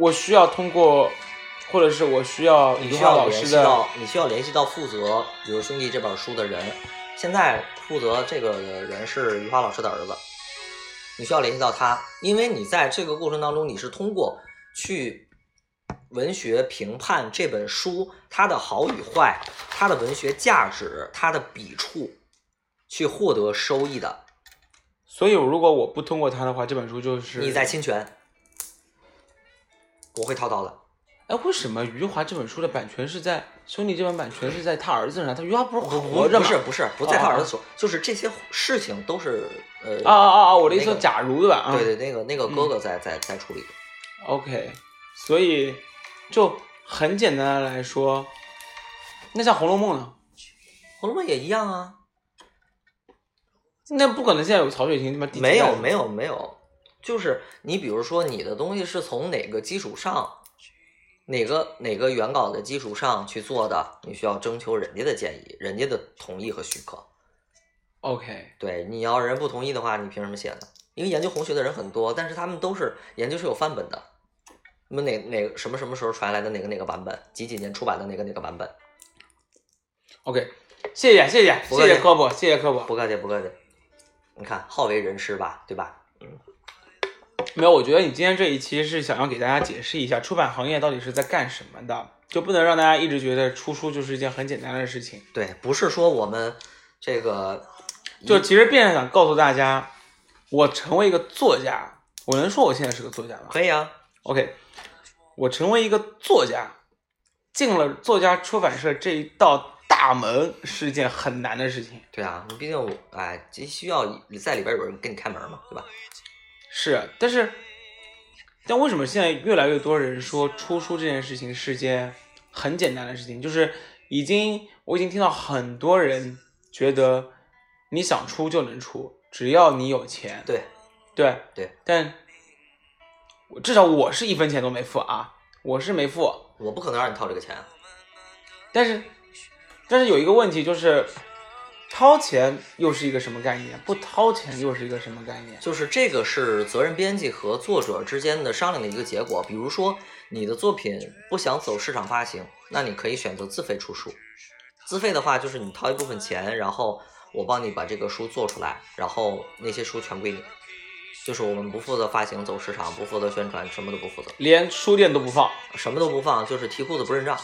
Speaker 4: 我需要通过，或者是我需要
Speaker 7: 你
Speaker 4: 余
Speaker 7: 需
Speaker 4: 华
Speaker 7: 要
Speaker 4: 老
Speaker 7: 联
Speaker 4: 师
Speaker 7: 系
Speaker 4: 的。
Speaker 7: 到你需要联系到负责，比如《兄弟》这本书的人。现在负责这个的人是于华老师的儿子，你需要联系到他，因为你在这个过程当中，你是通过去文学评判这本书它的好与坏、它的文学价值、它的笔触，去获得收益的。
Speaker 4: 所以，如果我不通过他的话，这本书就是
Speaker 7: 你在侵权，我会套到的。
Speaker 4: 哎，为什么余华这本书的版权是在兄弟这本版权是在他儿子身上？他余华不是
Speaker 7: 不
Speaker 4: 活着
Speaker 7: 不
Speaker 4: 吗？
Speaker 7: 是啊不是不在他
Speaker 4: 哦
Speaker 7: 儿子手，就是这些事情都是呃
Speaker 4: 啊啊啊啊！我的意思
Speaker 7: 那
Speaker 4: 说，
Speaker 7: 个
Speaker 4: 假如对吧？啊，
Speaker 7: 对对，那个那个哥哥在在在处理。
Speaker 4: OK，所以就很简单的来说，那像《红楼梦》呢？
Speaker 7: 《红楼梦》也一样啊，
Speaker 4: 那不可能现在有曹雪芹他妈第几
Speaker 7: 没有
Speaker 4: 代
Speaker 7: 没有没有，就是你比如说你的东西是从哪个基础上，哪个哪个原稿的基础上去做的，你需要征求人家的建议，人家的同意和许可。
Speaker 4: OK，
Speaker 7: 对，你要人不同意的话，你凭什么写呢？因为研究红学的人很多，但是他们都是研究是有范本的，那么哪哪个什么什么时候传来的哪个哪个版本，几几年出版的哪个哪个版本。
Speaker 4: OK，谢谢谢谢
Speaker 7: 不客
Speaker 4: 谢
Speaker 7: 气
Speaker 4: 谢科普，谢谢科普。
Speaker 7: 不客气，不客气。你看，好为人师吧，对吧？
Speaker 4: 没有，我觉得你今天这一期是想要给大家解释一下出版行业到底是在干什么的，就不能让大家一直觉得出书就是一件很简单的事情。
Speaker 7: 对，不是说我们这个嗯
Speaker 4: 就其实变相想告诉大家，我成为一个作家，我能说我现在是个作家吗
Speaker 7: 可以啊，
Speaker 4: ？OK，我成为一个作家，进了作家出版社这一道大大门是一件很难的事情。
Speaker 7: 对啊，你毕竟我哎，这需要在里边有人给你开门嘛，对吧？
Speaker 4: 是，啊但是，但为什么现在越来越多人说出书这件事情是件很简单的事情？就是已经我已经听到很多人觉得你想出就能出，只要你有钱。
Speaker 7: 对，
Speaker 4: 对
Speaker 7: 对，
Speaker 4: 但我至少我是一分钱都没付啊，我是没付。
Speaker 7: 我不可能让你掏这个钱啊。
Speaker 4: 但是，但是有一个问题就是，掏钱又是一个什么概念？不掏钱又是一个什么概念？
Speaker 7: 就是这个是责任编辑和作者之间的商量的一个结果。比如说，你的作品不想走市场发行，那你可以选择自费出书。自费的话，就是你掏一部分钱，然后我帮你把这个书做出来，然后那些书全归你。就是我们不负责发行、走市场，不负责宣传，什么都不负责，
Speaker 4: 连书店都不放，
Speaker 7: 什么都不放，就是提裤子不认账。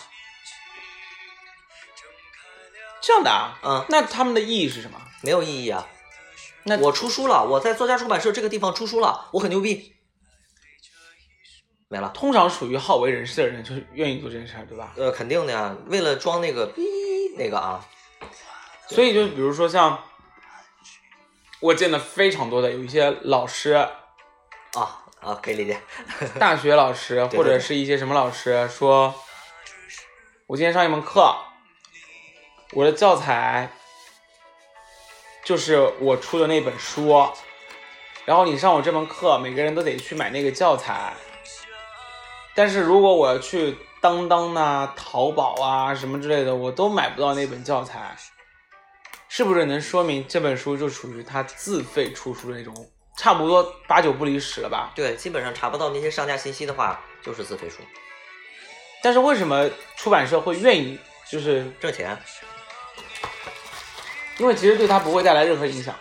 Speaker 4: 这样的啊？
Speaker 7: 嗯
Speaker 4: 那他们的意义是什么？
Speaker 7: 没有意义啊。
Speaker 4: 那
Speaker 7: 我出书了，我在作家出版社这个地方出书了，我很牛逼。没了，
Speaker 4: 通常属于好为人师的人，就是愿意做这件事儿，对吧？
Speaker 7: 呃，肯定的呀。为了装那个逼那个啊，
Speaker 4: 所以就比如说像，我见的非常多的有一些老师，
Speaker 7: 啊啊，可以理解。
Speaker 4: 大学老师
Speaker 7: 对
Speaker 4: 或者是一些什么老师说，我今天上一门课，我的教材就是我出的那本书，然后你上我这门课，每个人都得去买那个教材。但是如果我要去当当啊、淘宝啊什么之类的，我都买不到那本教材，是不是能说明这本书就属于他自费出书的那种，差不多八九不离十了吧？
Speaker 7: 对，基本上查不到那些上架信息的话，就是自费书，
Speaker 4: 但是为什么出版社会愿意？就是
Speaker 7: 挣钱。
Speaker 4: 因为其实对他不会带来任何影响，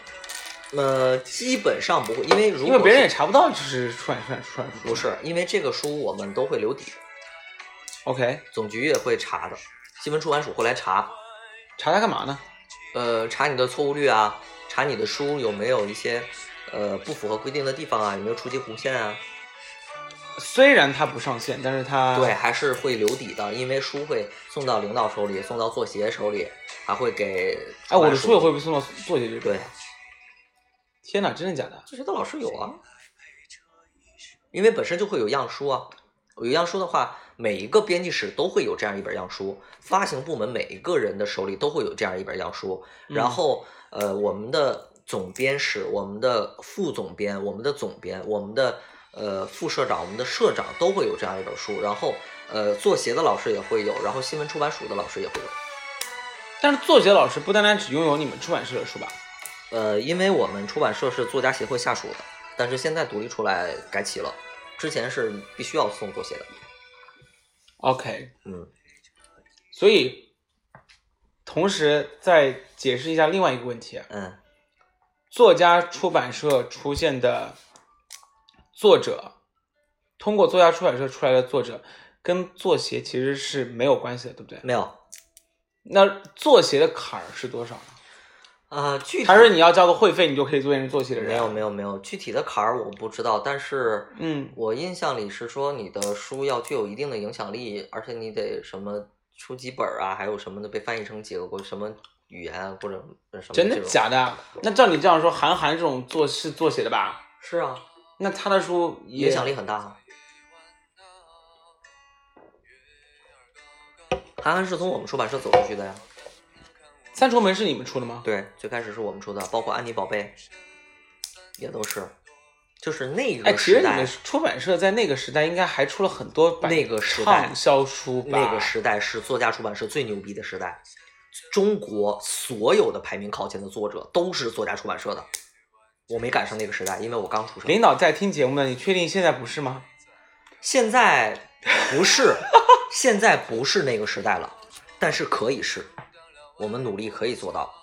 Speaker 7: 呃，基本上不会，因为如果
Speaker 4: 因为别人也
Speaker 7: 是
Speaker 4: 查不到，就是出版出版出版书
Speaker 7: 不是，因为这个书我们都会留底，
Speaker 4: OK，
Speaker 7: 总局也会查的，新闻出版署会来查，
Speaker 4: 查他干嘛呢？
Speaker 7: 呃，查你的错误率啊，查你的书有没有一些呃不符合规定的地方啊，有没有触及红线啊？
Speaker 4: 虽然他不上线，但是他
Speaker 7: 对，还是会留底的，因为书会送到领导手里，送到作协手里，还会给
Speaker 4: 哎，我的书也
Speaker 7: 出版
Speaker 4: 会被送到作协这
Speaker 7: 署对
Speaker 4: 边。，天哪，真的假的？
Speaker 7: 这学的老师有啊，因为本身就会有样书啊，有样书的话，每一个编辑室都会有这样一本样书，发行部门每一个人的手里都会有这样一本样书，然后呃，我们的总编室、我们的副总编、我们的总编、我们的呃副社长、我们的社长都会有这样一本书，然后呃作协的老师也会有，然后新闻出版署的老师也会有。
Speaker 4: 但是作协老师不单单只拥有你们出版社的书吧？
Speaker 7: 呃，因为我们出版社是作家协会下属的，但是现在独立出来改起了，之前是必须要送作协的。
Speaker 4: OK，
Speaker 7: 嗯，
Speaker 4: 所以同时再解释一下另外一个问题：啊
Speaker 7: 嗯，
Speaker 4: 作家出版社出现的作者，通过作家出版社出来的作者，跟作协其实是没有关系的，对不对？
Speaker 7: 没有
Speaker 4: 那作协的坎儿是多少呢？
Speaker 7: 啊，具体
Speaker 4: 还是你要交个会费，你就可以做成作协的人？
Speaker 7: 没有没有没有具体的坎儿我不知道，但是
Speaker 4: 嗯
Speaker 7: 我印象里是说你的书要具有一定的影响力，而且你得什么出几本儿啊，还有什么的被翻译成几个国什么语言啊或者什么
Speaker 4: 真的
Speaker 7: 这种
Speaker 4: 假的？那照你这样说，韩寒这种作是作协的吧？
Speaker 7: 是啊，
Speaker 4: 那他的书也
Speaker 7: 影响力很大啊。韩寒是从我们出版社走出去的呀，
Speaker 4: 三重门是你们出的吗？
Speaker 7: 对，最开始是我们出的，包括安妮宝贝，也都是，就是那
Speaker 4: 哎，其
Speaker 7: 个
Speaker 4: 实
Speaker 7: 时
Speaker 4: 你
Speaker 7: 代，
Speaker 4: 们出版社在那个时代应该还出了很多版
Speaker 7: 那个时代
Speaker 4: 畅销书吧？
Speaker 7: 那个时代是作家出版社最牛逼的时代，中国所有的排名靠前的作者都是作家出版社的。我没赶上那个时代，因为我刚出生。
Speaker 4: 领导在听节目呢，你确定现在不是吗？
Speaker 7: 现在不是，现在不是那个时代了，但是可以是，我们努力可以做到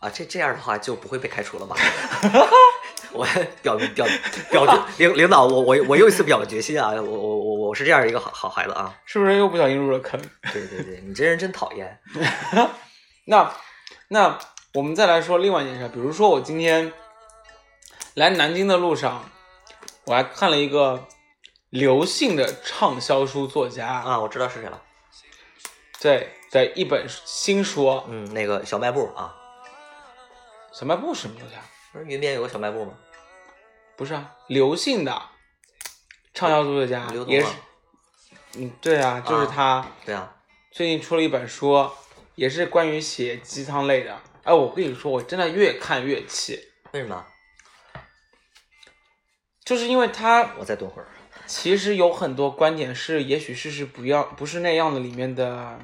Speaker 7: 啊！这这样的话就不会被开除了吧？ 我表表表决领领导，我我我又一次表决心啊！我我我我是这样一个好好孩子啊！
Speaker 4: 是不是又不小心入了坑？
Speaker 7: 对对对，你这人真讨厌。
Speaker 4: 那那我们再来说另外一件事，比如说我今天来南京的路上，我还看了一个刘姓的畅销书作家，
Speaker 7: 啊，我知道是谁了。
Speaker 4: 对，的一本新书，
Speaker 7: 嗯，那个小卖部啊，
Speaker 4: 小卖部什么东西啊？
Speaker 7: 不是云边有个小卖部吗？
Speaker 4: 不是啊，刘姓的畅销作家
Speaker 7: 刘同
Speaker 4: 也
Speaker 7: 啊
Speaker 4: 是，嗯，对啊，就是
Speaker 7: 啊
Speaker 4: 他、
Speaker 7: 对啊，
Speaker 4: 最近出了一本书，也是关于写鸡汤类的。哎，我跟你说，我真的越看越气，
Speaker 7: 为什么？啊
Speaker 4: 就是因为他
Speaker 7: 我再蹲会儿。
Speaker 4: 其实有很多观点是，也许事实不要不是那样的里面的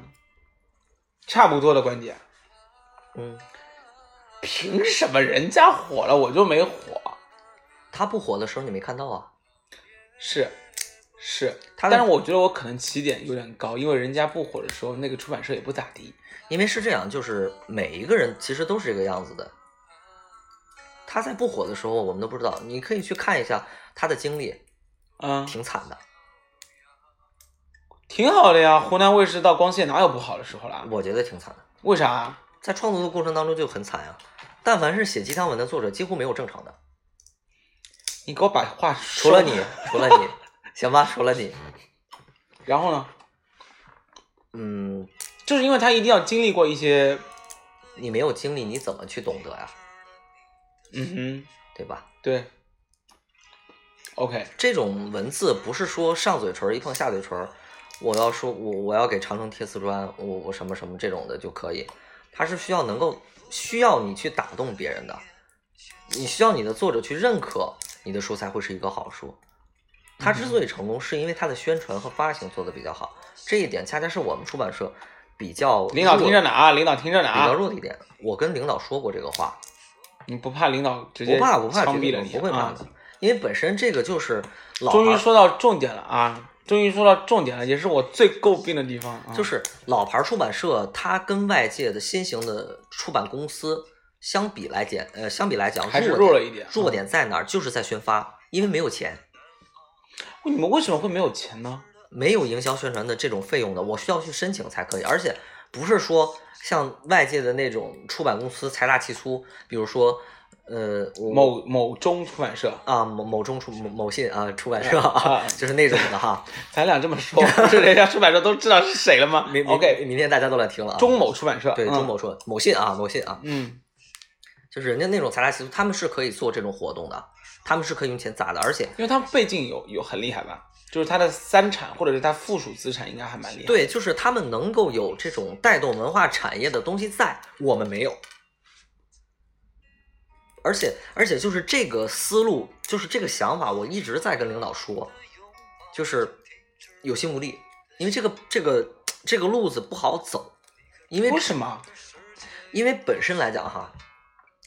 Speaker 4: 差不多的观点。
Speaker 7: 嗯，
Speaker 4: 凭什么人家火了我就没火？
Speaker 7: 他不火的时候你没看到啊？
Speaker 4: 是是，
Speaker 7: 他的
Speaker 4: 但是我觉得我可能起点有点高，因为人家不火的时候，那个出版社也不咋地。
Speaker 7: 因为是这样，就是每一个人其实都是这个样子的。他在不火的时候，我们都不知道。你可以去看一下他的经历，
Speaker 4: 嗯，
Speaker 7: 挺惨的。
Speaker 4: 挺好的呀，湖南卫视到光线哪有不好的时候啦？
Speaker 7: 我觉得挺惨的，
Speaker 4: 为啥？
Speaker 7: 在创作的过程当中就很惨呀、啊但凡是写鸡汤文的作者，几乎没有正常的，
Speaker 4: 你给我把话除
Speaker 7: 除了你，除了你， 行吧，除了你，
Speaker 4: 然后呢？
Speaker 7: 嗯，
Speaker 4: 就是因为他一定要经历过一些，
Speaker 7: 你没有经历，你怎么去懂得呀、
Speaker 4: 嗯
Speaker 7: 对吧
Speaker 4: 哼，？对。OK，
Speaker 7: 这种文字不是说上嘴唇儿一碰下嘴唇儿，我要说我我要给长城贴瓷砖，我我什么什么这种的就可以，它是需要能够需要你去打动别人的，你需要你的作者去认可你的书才会是一个好书。它之所以成功，是因为它的宣传和发行做得比较好，这一点恰恰是我们出版社比较
Speaker 4: 领导听着
Speaker 7: 弱
Speaker 4: 呢啊，领导听着呢
Speaker 7: 比较
Speaker 4: 啊，
Speaker 7: 弱的一点。我跟领导说过这个话，
Speaker 4: 你不怕领导直接
Speaker 7: 不怕不怕，
Speaker 4: 枪
Speaker 7: 这
Speaker 4: 毙
Speaker 7: 个
Speaker 4: 了
Speaker 7: 我
Speaker 4: 你？
Speaker 7: 不会怕
Speaker 4: 啊
Speaker 7: 的，因为本身这个就是老
Speaker 4: 终
Speaker 7: 牌
Speaker 4: 于
Speaker 7: 儿
Speaker 4: 说到重点了啊！终于说到重点了，也是我最诟病的地方啊。
Speaker 7: 就是老牌出版社，它跟外界的新型的出版公司相比来讲，呃，相比来讲
Speaker 4: 还是
Speaker 7: 弱
Speaker 4: 弱了一点嗯
Speaker 7: 弱点在哪儿？就是在宣发，因为没有钱，
Speaker 4: 你们为什么会没有钱呢？
Speaker 7: 没有营销宣传的这种费用的，我需要去申请才可以，而且不是说像外界的那种出版公司财大气粗，比如说，呃，我
Speaker 4: 某某中出版社，
Speaker 7: 啊某某中出某某信啊出版社
Speaker 4: 啊
Speaker 7: 啊，就是那种的哈。
Speaker 4: 咱俩这么说，不是人家出版社都知道是谁了吗
Speaker 7: 明明
Speaker 4: ？OK，
Speaker 7: 明天大家都来听了啊。
Speaker 4: 中某出版社，
Speaker 7: 对
Speaker 4: 嗯
Speaker 7: 中某说某信啊某信啊，
Speaker 4: 嗯，
Speaker 7: 就是人家那种财大气粗，他们是可以做这种活动的，他们是可以用钱砸的，而且
Speaker 4: 因为他们背景有有很厉害吧，就是他的三产或者是他附属资产应该还蛮厉害。，
Speaker 7: 对，就是他们能够有这种带动文化产业的东西在，我们没有。而且而且就是这个思路，就是这个想法，我一直在跟领导说，就是有心无力，因为这个这个这个路子不好走，因为
Speaker 4: 为什么？
Speaker 7: 因为本身来讲哈，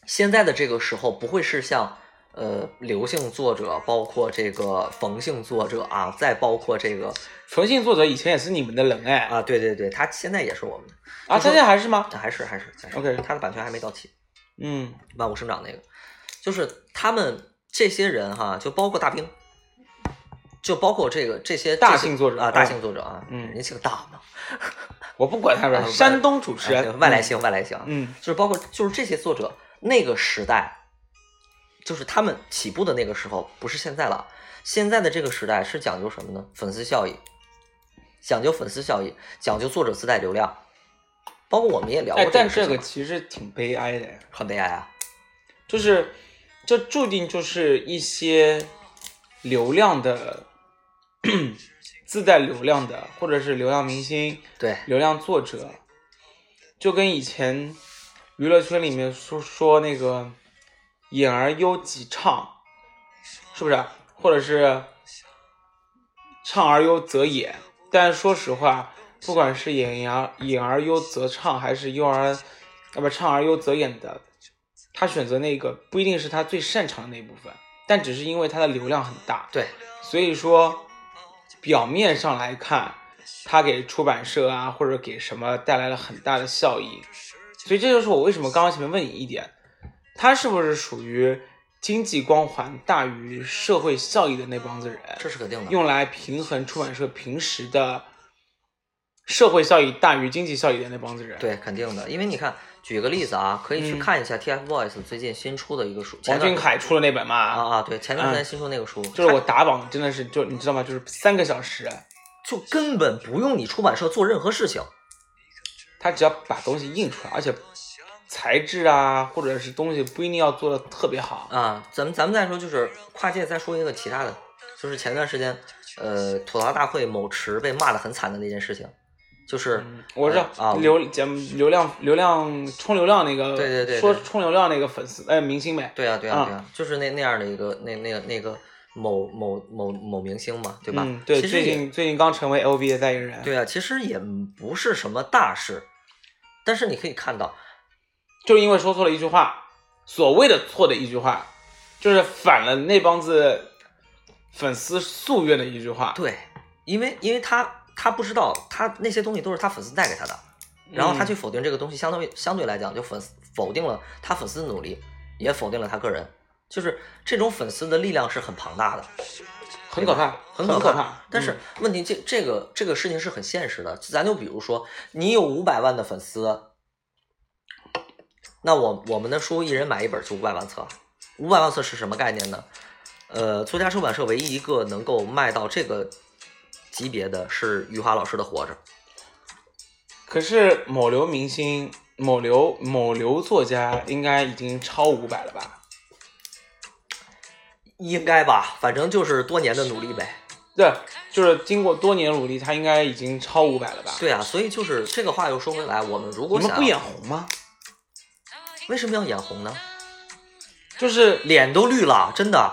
Speaker 7: 现在的这个时候不会是像呃刘姓作者，包括这个冯姓作者啊，再包括这个
Speaker 4: 冯姓作者以前也是你们的人哎
Speaker 7: 啊，对对对，他现在也是我们的，
Speaker 4: 啊，他现在还是吗？
Speaker 7: 啊还是还是还是
Speaker 4: OK
Speaker 7: 他的版权还没到期，
Speaker 4: 嗯，
Speaker 7: 万物生长那个，就是他们这些人哈，就包括大兵。就包括这个这些
Speaker 4: 大
Speaker 7: 这些
Speaker 4: 姓作者
Speaker 7: 啊，大
Speaker 4: 啊
Speaker 7: 姓作者啊，
Speaker 4: 嗯
Speaker 7: 人家姓大嘛，
Speaker 4: 我不管他
Speaker 7: 啊
Speaker 4: 们，山东主持
Speaker 7: 啊
Speaker 4: 人
Speaker 7: 外来，型外来型，
Speaker 4: 嗯
Speaker 7: 就是包括就是这些作者那个时代，就是他们起步的那个时候，不是现在了。现在的这个时代是讲究什么呢？粉丝效应，讲究粉丝效应，讲究作者自带流量，包括我们也聊
Speaker 4: 嗯，哎
Speaker 7: 过，
Speaker 4: 但
Speaker 7: 事
Speaker 4: 这
Speaker 7: 情
Speaker 4: 个
Speaker 7: 嘛，
Speaker 4: 其实挺悲哀的，
Speaker 7: 很悲哀啊。
Speaker 4: 就是这注定就是一些流量的 自带流量的，或者是流量明星、
Speaker 7: 对，
Speaker 4: 流量作者，就跟以前娱乐圈里面说说那个“演而优己畅”，是不是？或者是“唱而优则演”？但说实话，不管是演而演而优则唱，还是优而啊不唱而优则演的，他选择那个不一定是他最擅长的那部分，但只是因为他的流量很大，
Speaker 7: 对，
Speaker 4: 所以说，表面上来看，它给出版社啊或者给什么带来了很大的效益，所以这就是我为什么刚刚前面问你一点，它是不是属于经济光环大于社会效益的那帮子人，
Speaker 7: 这是肯定的。
Speaker 4: 用来平衡出版社平时的社会效益大于经济效益的那帮子人。，
Speaker 7: 对，肯定的，因为你看，举个例子啊，可以
Speaker 4: 嗯
Speaker 7: 去看一下 TFBOYS 最近新出的一个书，前
Speaker 4: 王
Speaker 7: 段
Speaker 4: 俊凯出了那本嘛，
Speaker 7: 啊啊，对，前段
Speaker 4: 嗯
Speaker 7: 时间新出那个书，
Speaker 4: 就是我
Speaker 7: 它
Speaker 4: 打榜真的是就你知道吗？就是三个小时，
Speaker 7: 就根本不用你出版社做任何事情，
Speaker 4: 他他只要把东西印出来，而且材质啊，或者是东西不一定要做的特别好。
Speaker 7: 啊，咱们咱们再说，就是跨界再说一个其他的，就是前段时间，呃，吐槽大会某池被骂的很惨的那件事情，就是、
Speaker 4: 嗯我知道、
Speaker 7: 呃啊，
Speaker 4: 流节目流量流量冲流量那个，
Speaker 7: 对对对对
Speaker 4: 说冲流量那个粉丝哎明星呗，
Speaker 7: 对啊对啊
Speaker 4: 啊
Speaker 7: 对啊，就是那那样的一个那那个那个某某某某明星嘛，对吧？
Speaker 4: 嗯，对，
Speaker 7: 其实
Speaker 4: 最
Speaker 7: 也
Speaker 4: 近最近刚成为 LV 的代言人，，
Speaker 7: 对啊，其实也不是什么大事，但是你可以看到，
Speaker 4: 就是因为说错了一句话，所谓的错的一句话，就是反了那帮子粉丝夙愿的一句话，
Speaker 7: 对，因为因为他他不知道，他那些东西都是他粉丝带给他的，然后他去否定这个东西，相当于相对来讲就粉丝否定了他粉丝的努力，也否定了他个人，就是这种粉丝的力量是很庞大的，
Speaker 4: 很可怕，
Speaker 7: 很
Speaker 4: 可
Speaker 7: 可
Speaker 4: 怕。
Speaker 7: 但是
Speaker 4: 嗯
Speaker 7: 问题这这个这个事情是很现实的，咱就比如说你有五百万的粉丝，那我我们的书一人买一本就五百万册，五百万册是什么概念呢？呃，作家出版社唯一一个能够卖到这个级别的是余华老师的《活着》。
Speaker 4: 可是某流明星、某流某流作家应该已经超五百了吧？
Speaker 7: 应该吧，反正就是多年的努力呗。
Speaker 4: 对，就是经过多年努力，他应该已经超五百了吧？
Speaker 7: 对啊，所以就是这个话又说回来，我们如
Speaker 4: 你
Speaker 7: 果
Speaker 4: 们
Speaker 7: 想
Speaker 4: 不眼红吗？
Speaker 7: 为什么要眼红呢？
Speaker 4: 就是
Speaker 7: 脸都绿了，真的，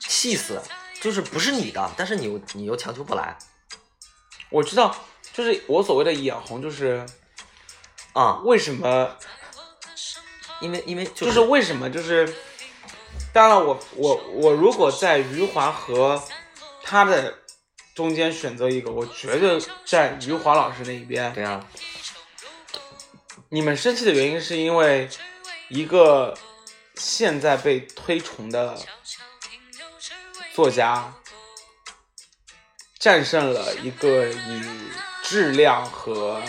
Speaker 7: 气死！就是不是你的，但是你又你又强求不来
Speaker 4: 我知道，就是我所谓的眼红，就是
Speaker 7: 啊、
Speaker 4: 为什么，
Speaker 7: 因为因为
Speaker 4: 就
Speaker 7: 就、
Speaker 4: 是是为什么，就是当然我，我我如果在余华和他的中间选择一个，我绝对站余华老师那一边。
Speaker 7: 对啊，
Speaker 4: 你们生气的原因是因为一个现在被推崇的作家战胜了一个以质量和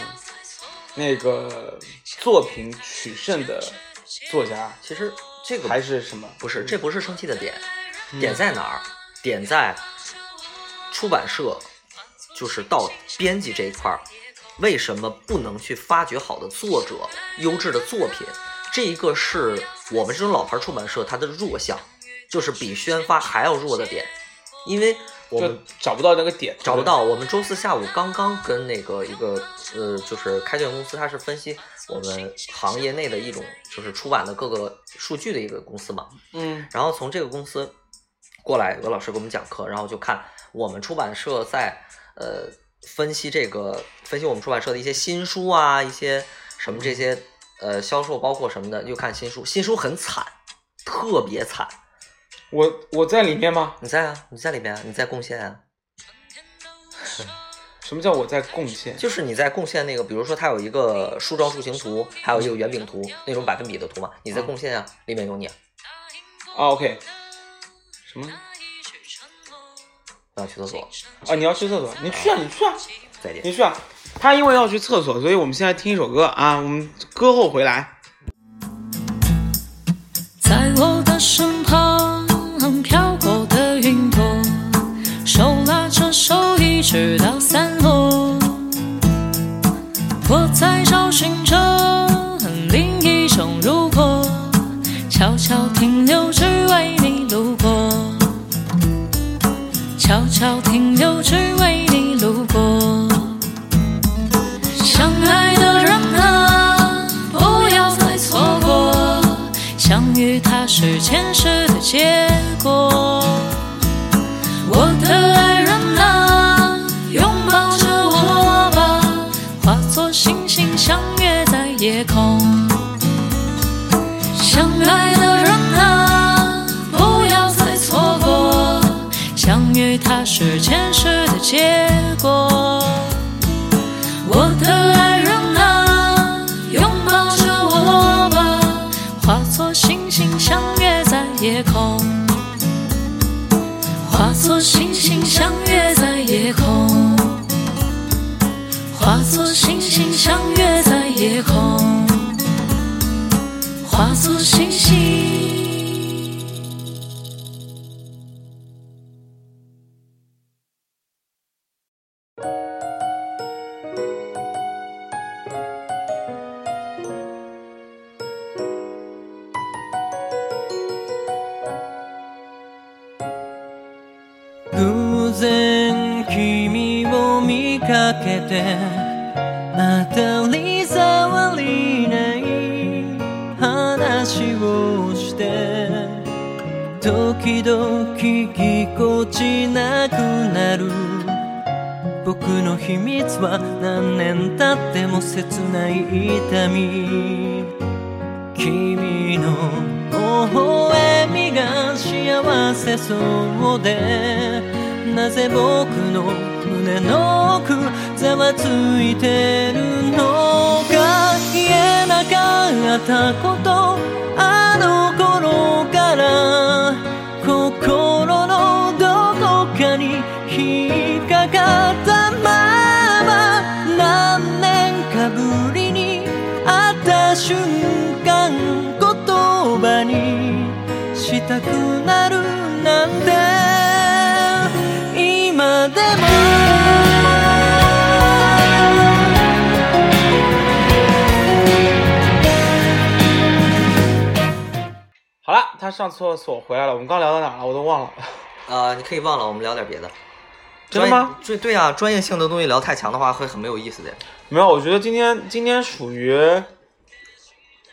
Speaker 4: 那个作品取胜的作家，
Speaker 7: 其实这个
Speaker 4: 还是什么？
Speaker 7: 不是这嗯不是生气的点，点在哪儿？点在出版社，就是到编辑这一块儿，为什么不能去发掘好的作者、优质的作品？这一个是我们这种老牌出版社它的弱项，就是比宣发还要弱的点，因为我
Speaker 4: 就
Speaker 7: 们
Speaker 4: 找不到那个点，
Speaker 7: 找不到。我们周四下午刚刚跟那个一个呃，就是开卷公司，它是分析我们行业内的一种就是出版的各个数据的一个公司嘛。
Speaker 4: 嗯，
Speaker 7: 然后从这个公司过来，有个老师给我们讲课，然后就看我们出版社在呃分析这个分析我们出版社的一些新书啊，一些什么这些呃销售包括什么的，又看新书，新书很惨，特别惨。
Speaker 4: 我我在里面吗？
Speaker 7: 你在啊，你在里面啊，你在贡献啊，
Speaker 4: 什么叫我在贡献？
Speaker 7: 就是你在贡献那个，比如说它有一个树状树形图，还有一个圆饼图，那种百分比的图嘛，你在贡献啊，里面有你啊，
Speaker 4: 啊，OK，什么？
Speaker 7: 我要去厕所，
Speaker 4: 啊，你要去厕所？你去啊，你去啊。
Speaker 7: 再见。
Speaker 4: 你去啊，他因为要去厕所，所以我们现在听一首歌啊，我们歌后回来。
Speaker 8: 在我的身旁飘过的云朵，手拉着手一直到散落。我在找寻着另一种如果，悄悄停留，只为你路过。悄悄停留，只为你路过。相爱的人啊，不要再错过，相遇它是前世的结果。我的爱人啊，拥抱着我吧，化作星星相约在夜空。相爱的人啊，不要再错过，相遇它是前世的结果。我的爱人啊，拥抱着我吧，化作星星相约在夜空，化作星星相约在夜空，化作星星相约在夜空，化作星星。
Speaker 9: 然君を見かけてまた離さわりない話をして時々ぎこちなくなる僕の秘密は何年経っても切ない痛み君の微笑みが幸せそうでなぜ僕の胸の奥ざわついてるのか言えなかったことあの頃から心のどこかに引っかかったまま何年かぶりに会った瞬間言葉にしたくなるなんて今でも
Speaker 4: 好了，他上厕所回来了。我们刚聊到哪了？我都忘了。
Speaker 7: 啊，你可以忘了，我们聊点别的。
Speaker 4: 真的吗
Speaker 7: 专？对对啊，专业性的东西聊太强的话，会很没有意思的。
Speaker 4: 没有，我觉得今天今天属于，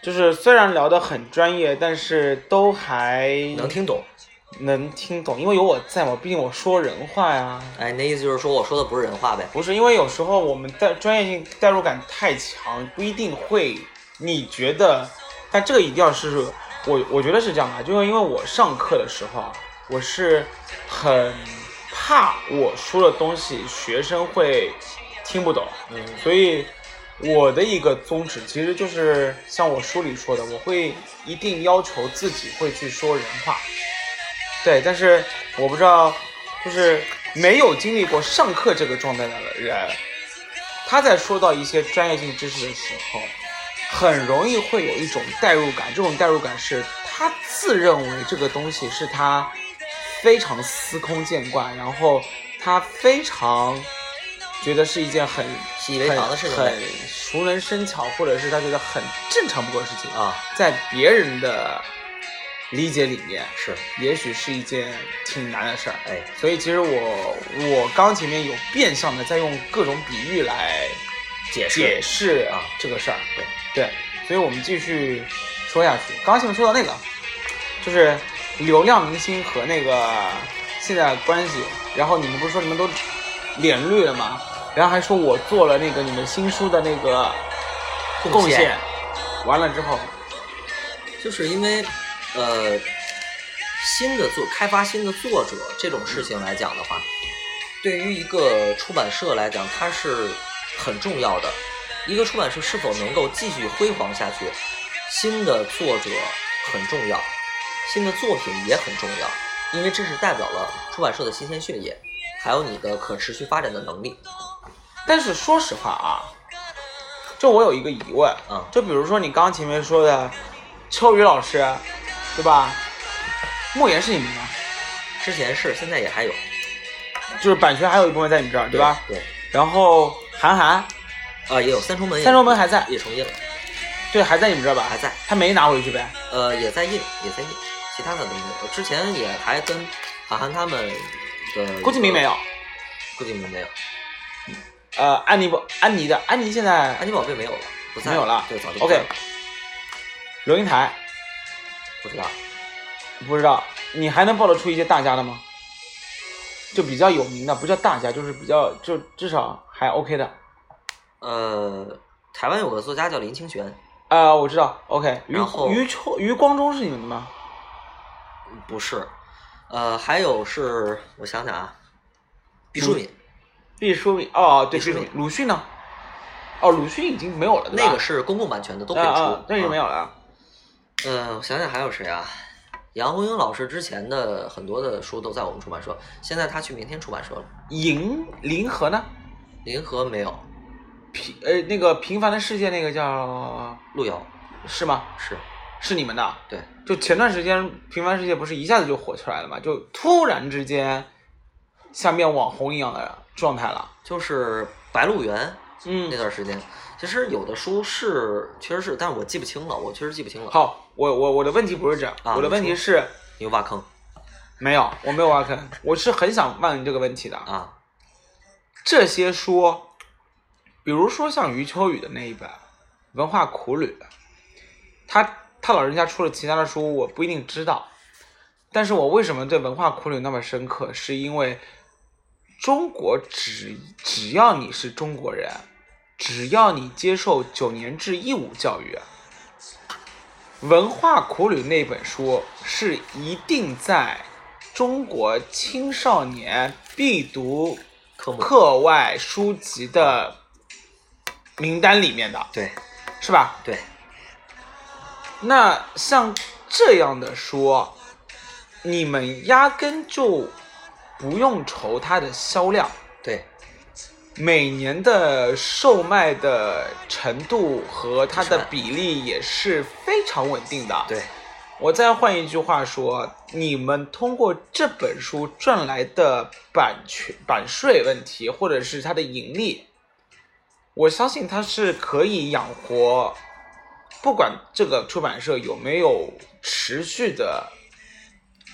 Speaker 4: 就是虽然聊得很专业，但是都还
Speaker 7: 能听懂。
Speaker 4: 能听懂，因为有我在嘛，毕竟我说人话呀。
Speaker 7: 哎，你的意思就是说我说的不是人话呗？
Speaker 4: 不是因为有时候我们代专业性代入感太强，不一定会你觉得，但这个一定要是我我觉得是这样的，啊就是因为我上课的时候啊，我是很怕我说的东西学生会听不懂，嗯，所以我的一个宗旨其实就是像我书里说的，我会一定要求自己会去说人话，对，但是我不知道，就是没有经历过上课这个状态的人，他在说到一些专业性知识的时候，很容易会有一种代入感。这种代入感是他自认为这个东西是他非常司空见惯，然后他非常觉得是一件很
Speaker 7: 习以为常的事情
Speaker 4: 很很熟能生巧，或者是他觉得很正常不过的事情
Speaker 7: 啊，
Speaker 4: 在别人的理解里面
Speaker 7: 是，
Speaker 4: 也许是一件挺难的事儿。
Speaker 7: 哎，
Speaker 4: 所以其实我我刚前面有变相的在用各种比喻来
Speaker 7: 解释
Speaker 4: 解释啊
Speaker 7: 啊
Speaker 4: 这个事儿，对对，所以我们继续说下去。刚前面说到那个，啊就是流量明星和那个现在的关系，然后你们不是说你们都脸绿了吗？然后还说我做了那个你们新书的那个贡
Speaker 7: 贡献
Speaker 4: 完了之后，
Speaker 7: 就是因为，呃，新的作开发新的作者这种事情来讲的话，对于一个出版社来讲，它是很重要的。一个出版社是否能够继续辉煌下去，新的作者很重要，新的作品也很重要，因为这是代表了出版社的新鲜血液，还有你的可持续发展的能力。
Speaker 4: 但是说实话啊，就我有一个疑问，
Speaker 7: 嗯
Speaker 4: 就比如说你刚刚前面说的秋雨老师，对吧？莫言是你们的，
Speaker 7: 之前是，现在也还有，
Speaker 4: 就是版权还有一部分在你们这儿，对吧？
Speaker 7: 对，啊、
Speaker 4: 然后韩寒，
Speaker 7: 也有三重门也，
Speaker 4: 三重门还在
Speaker 7: 也重印了，
Speaker 4: 对，还在你们这儿吧？
Speaker 7: 还在。
Speaker 4: 他没拿回去呗？
Speaker 7: 呃，也在印，也在印，其他的没有。之前也还跟韩寒他们的，
Speaker 4: 郭敬明没有，，
Speaker 7: 郭敬明没有，
Speaker 4: 呃，安妮不，安妮的，安妮现在
Speaker 7: 安妮宝贝没有了，不在
Speaker 4: 没有了
Speaker 7: 对，早就不在
Speaker 4: ，OK
Speaker 7: 了。
Speaker 4: 龙应台
Speaker 7: 不知道，
Speaker 4: 不知道，你还能报得出一些大家的吗？就比较有名的，不叫大家，就是比较就至少还 OK 的。
Speaker 7: 呃，台湾有个作家叫林清玄，
Speaker 4: 啊，我知道，OK 余。
Speaker 7: 然后
Speaker 4: 余秋、余光中是你们的吗？
Speaker 7: 不是，呃，还有是我想想啊，毕淑敏、
Speaker 4: 毕淑敏，哦，对，
Speaker 7: 毕
Speaker 4: 毕
Speaker 7: 淑
Speaker 4: 淑
Speaker 7: 敏
Speaker 4: 敏，鲁迅呢？哦，鲁迅已经没有了，对吧
Speaker 7: 那个是公共版权的，都可以
Speaker 4: 啊
Speaker 7: 出，
Speaker 4: 啊那个就没有了。
Speaker 7: 呃，我想想还有谁啊？杨红樱老师之前的很多的书都在我们出版社，现在他去明天出版社了。
Speaker 4: 银银河呢？
Speaker 7: 林和没有，
Speaker 4: 平呃，那个《平凡的世界》那个叫
Speaker 7: 路遥
Speaker 4: 是吗？
Speaker 7: 是
Speaker 4: 是你们的？
Speaker 7: 对。
Speaker 4: 就前段时间《平凡世界》不是一下子就火起来了嘛？就突然之间，像变网红一样的状态了。
Speaker 7: 就是《白鹿原》
Speaker 4: 嗯
Speaker 7: 那，段时间，其实有的书是确实是，但是我记不清了，我确实记不清了。，
Speaker 4: 好，我我我的问题不是这样，
Speaker 7: 啊
Speaker 4: 我的问题是，
Speaker 7: 你又挖坑，
Speaker 4: 没有，我没有挖坑，我是很想问你这个问题的。
Speaker 7: 啊，
Speaker 4: 这些书，比如说像余秋雨的那一本《文化苦旅》，他他老人家出了其他的书，我不一定知道。但是我为什么对《文化苦旅》那么深刻，是因为中国只只要你是中国人，只要你接受九年制义务教育，《文化苦旅》那本书是一定在中国青少年必读
Speaker 7: 科目
Speaker 4: 课外书籍的名单里面的，
Speaker 7: 对
Speaker 4: 是吧？
Speaker 7: 对，
Speaker 4: 那像这样的书，你们压根就不用愁它的销量，
Speaker 7: 对，
Speaker 4: 每年的售卖的程度和它
Speaker 7: 是
Speaker 4: 的
Speaker 7: 的
Speaker 4: 比例也是非常稳定的。
Speaker 7: 对，
Speaker 4: 我再换一句话说，你们通过这本书赚来的版权版税问题，或者是它的盈利，我相信它是可以养活，不管这个出版社有没有持续的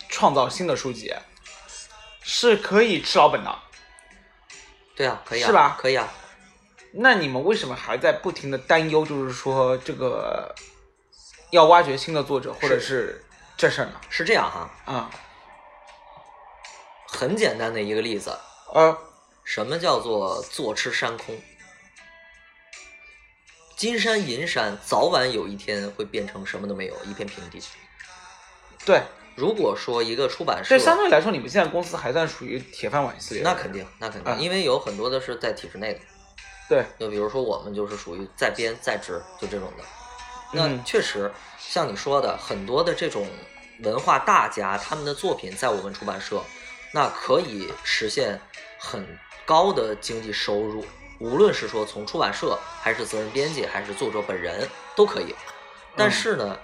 Speaker 4: 创造新的书籍，是可以吃老本的。
Speaker 7: 对啊，可以啊，
Speaker 4: 是吧
Speaker 7: 可以啊，
Speaker 4: 那你们为什么还在不停的担忧，就是说这个要挖掘新的作者，或者是这事儿呢？
Speaker 7: 是这样哈，
Speaker 4: 啊、
Speaker 7: 很简单的一个例子，
Speaker 4: 呃，
Speaker 7: 什么叫做坐吃山空？金山银山，早晚有一天会变成什么都没有，一片平地。
Speaker 4: 对，
Speaker 7: 如果说一个出版社
Speaker 4: 这，相对来说，你们现在公司还算属于铁饭碗系列。
Speaker 7: 那肯定，那肯
Speaker 4: 啊
Speaker 7: 定，因为有很多的是在体制内的，
Speaker 4: 对，
Speaker 7: 就比如说我们就是属于在编在职就这种的。那
Speaker 4: 嗯
Speaker 7: 确实，像你说的，很多的这种文化大家他们的作品在我们出版社，那可以实现很高的经济收入，无论是说从出版社，还是责任编辑，还是作者本人都可以。但是呢，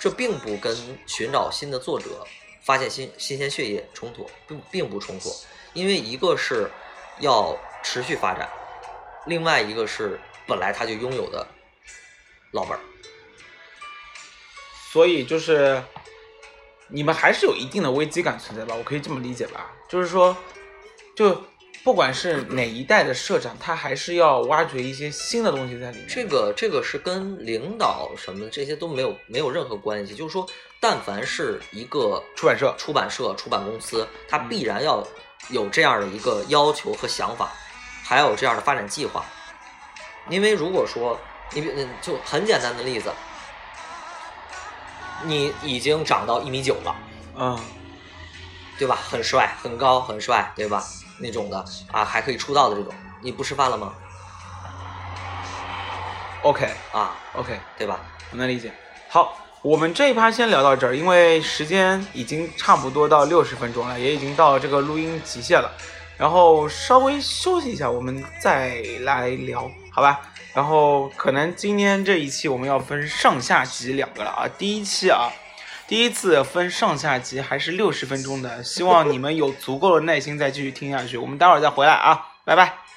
Speaker 7: 这并不跟寻找新的作者、发现新新鲜血液冲突，并并不冲突，因为一个是要持续发展，另外一个是本来他就拥有的老本儿。
Speaker 4: 所以就是你们还是有一定的危机感存在吧？我可以这么理解吧？就是说，就不管是哪一代的社长，他还是要挖掘一些新的东西在里面。
Speaker 7: 这个这个是跟领导什么这些都没有没有任何关系，就是说，但凡是一个
Speaker 4: 出版社
Speaker 7: 出版社、出版公司，它必然要有这样的一个要求和想法，还有这样的发展计划。因为如果说你比嗯就很简单的例子，你已经长到一米九了，
Speaker 4: 嗯，
Speaker 7: 对吧？很帅，很高，很帅，对吧？那种的啊，还可以出道的这种，你不吃饭了吗？
Speaker 4: OK
Speaker 7: 啊，
Speaker 4: OK，
Speaker 7: 对吧？
Speaker 4: 我能理解。好，我们这一趴先聊到这儿，因为时间已经差不多到六十分钟了，也已经到这个录音极限了。然后稍微休息一下，我们再来聊，好吧？然后可能今天这一期我们要分上下集两个了啊。第一期啊，第一次分上下集还是六十分钟的，希望你们有足够的耐心再继续听下去。我们待会儿再回来啊，拜拜。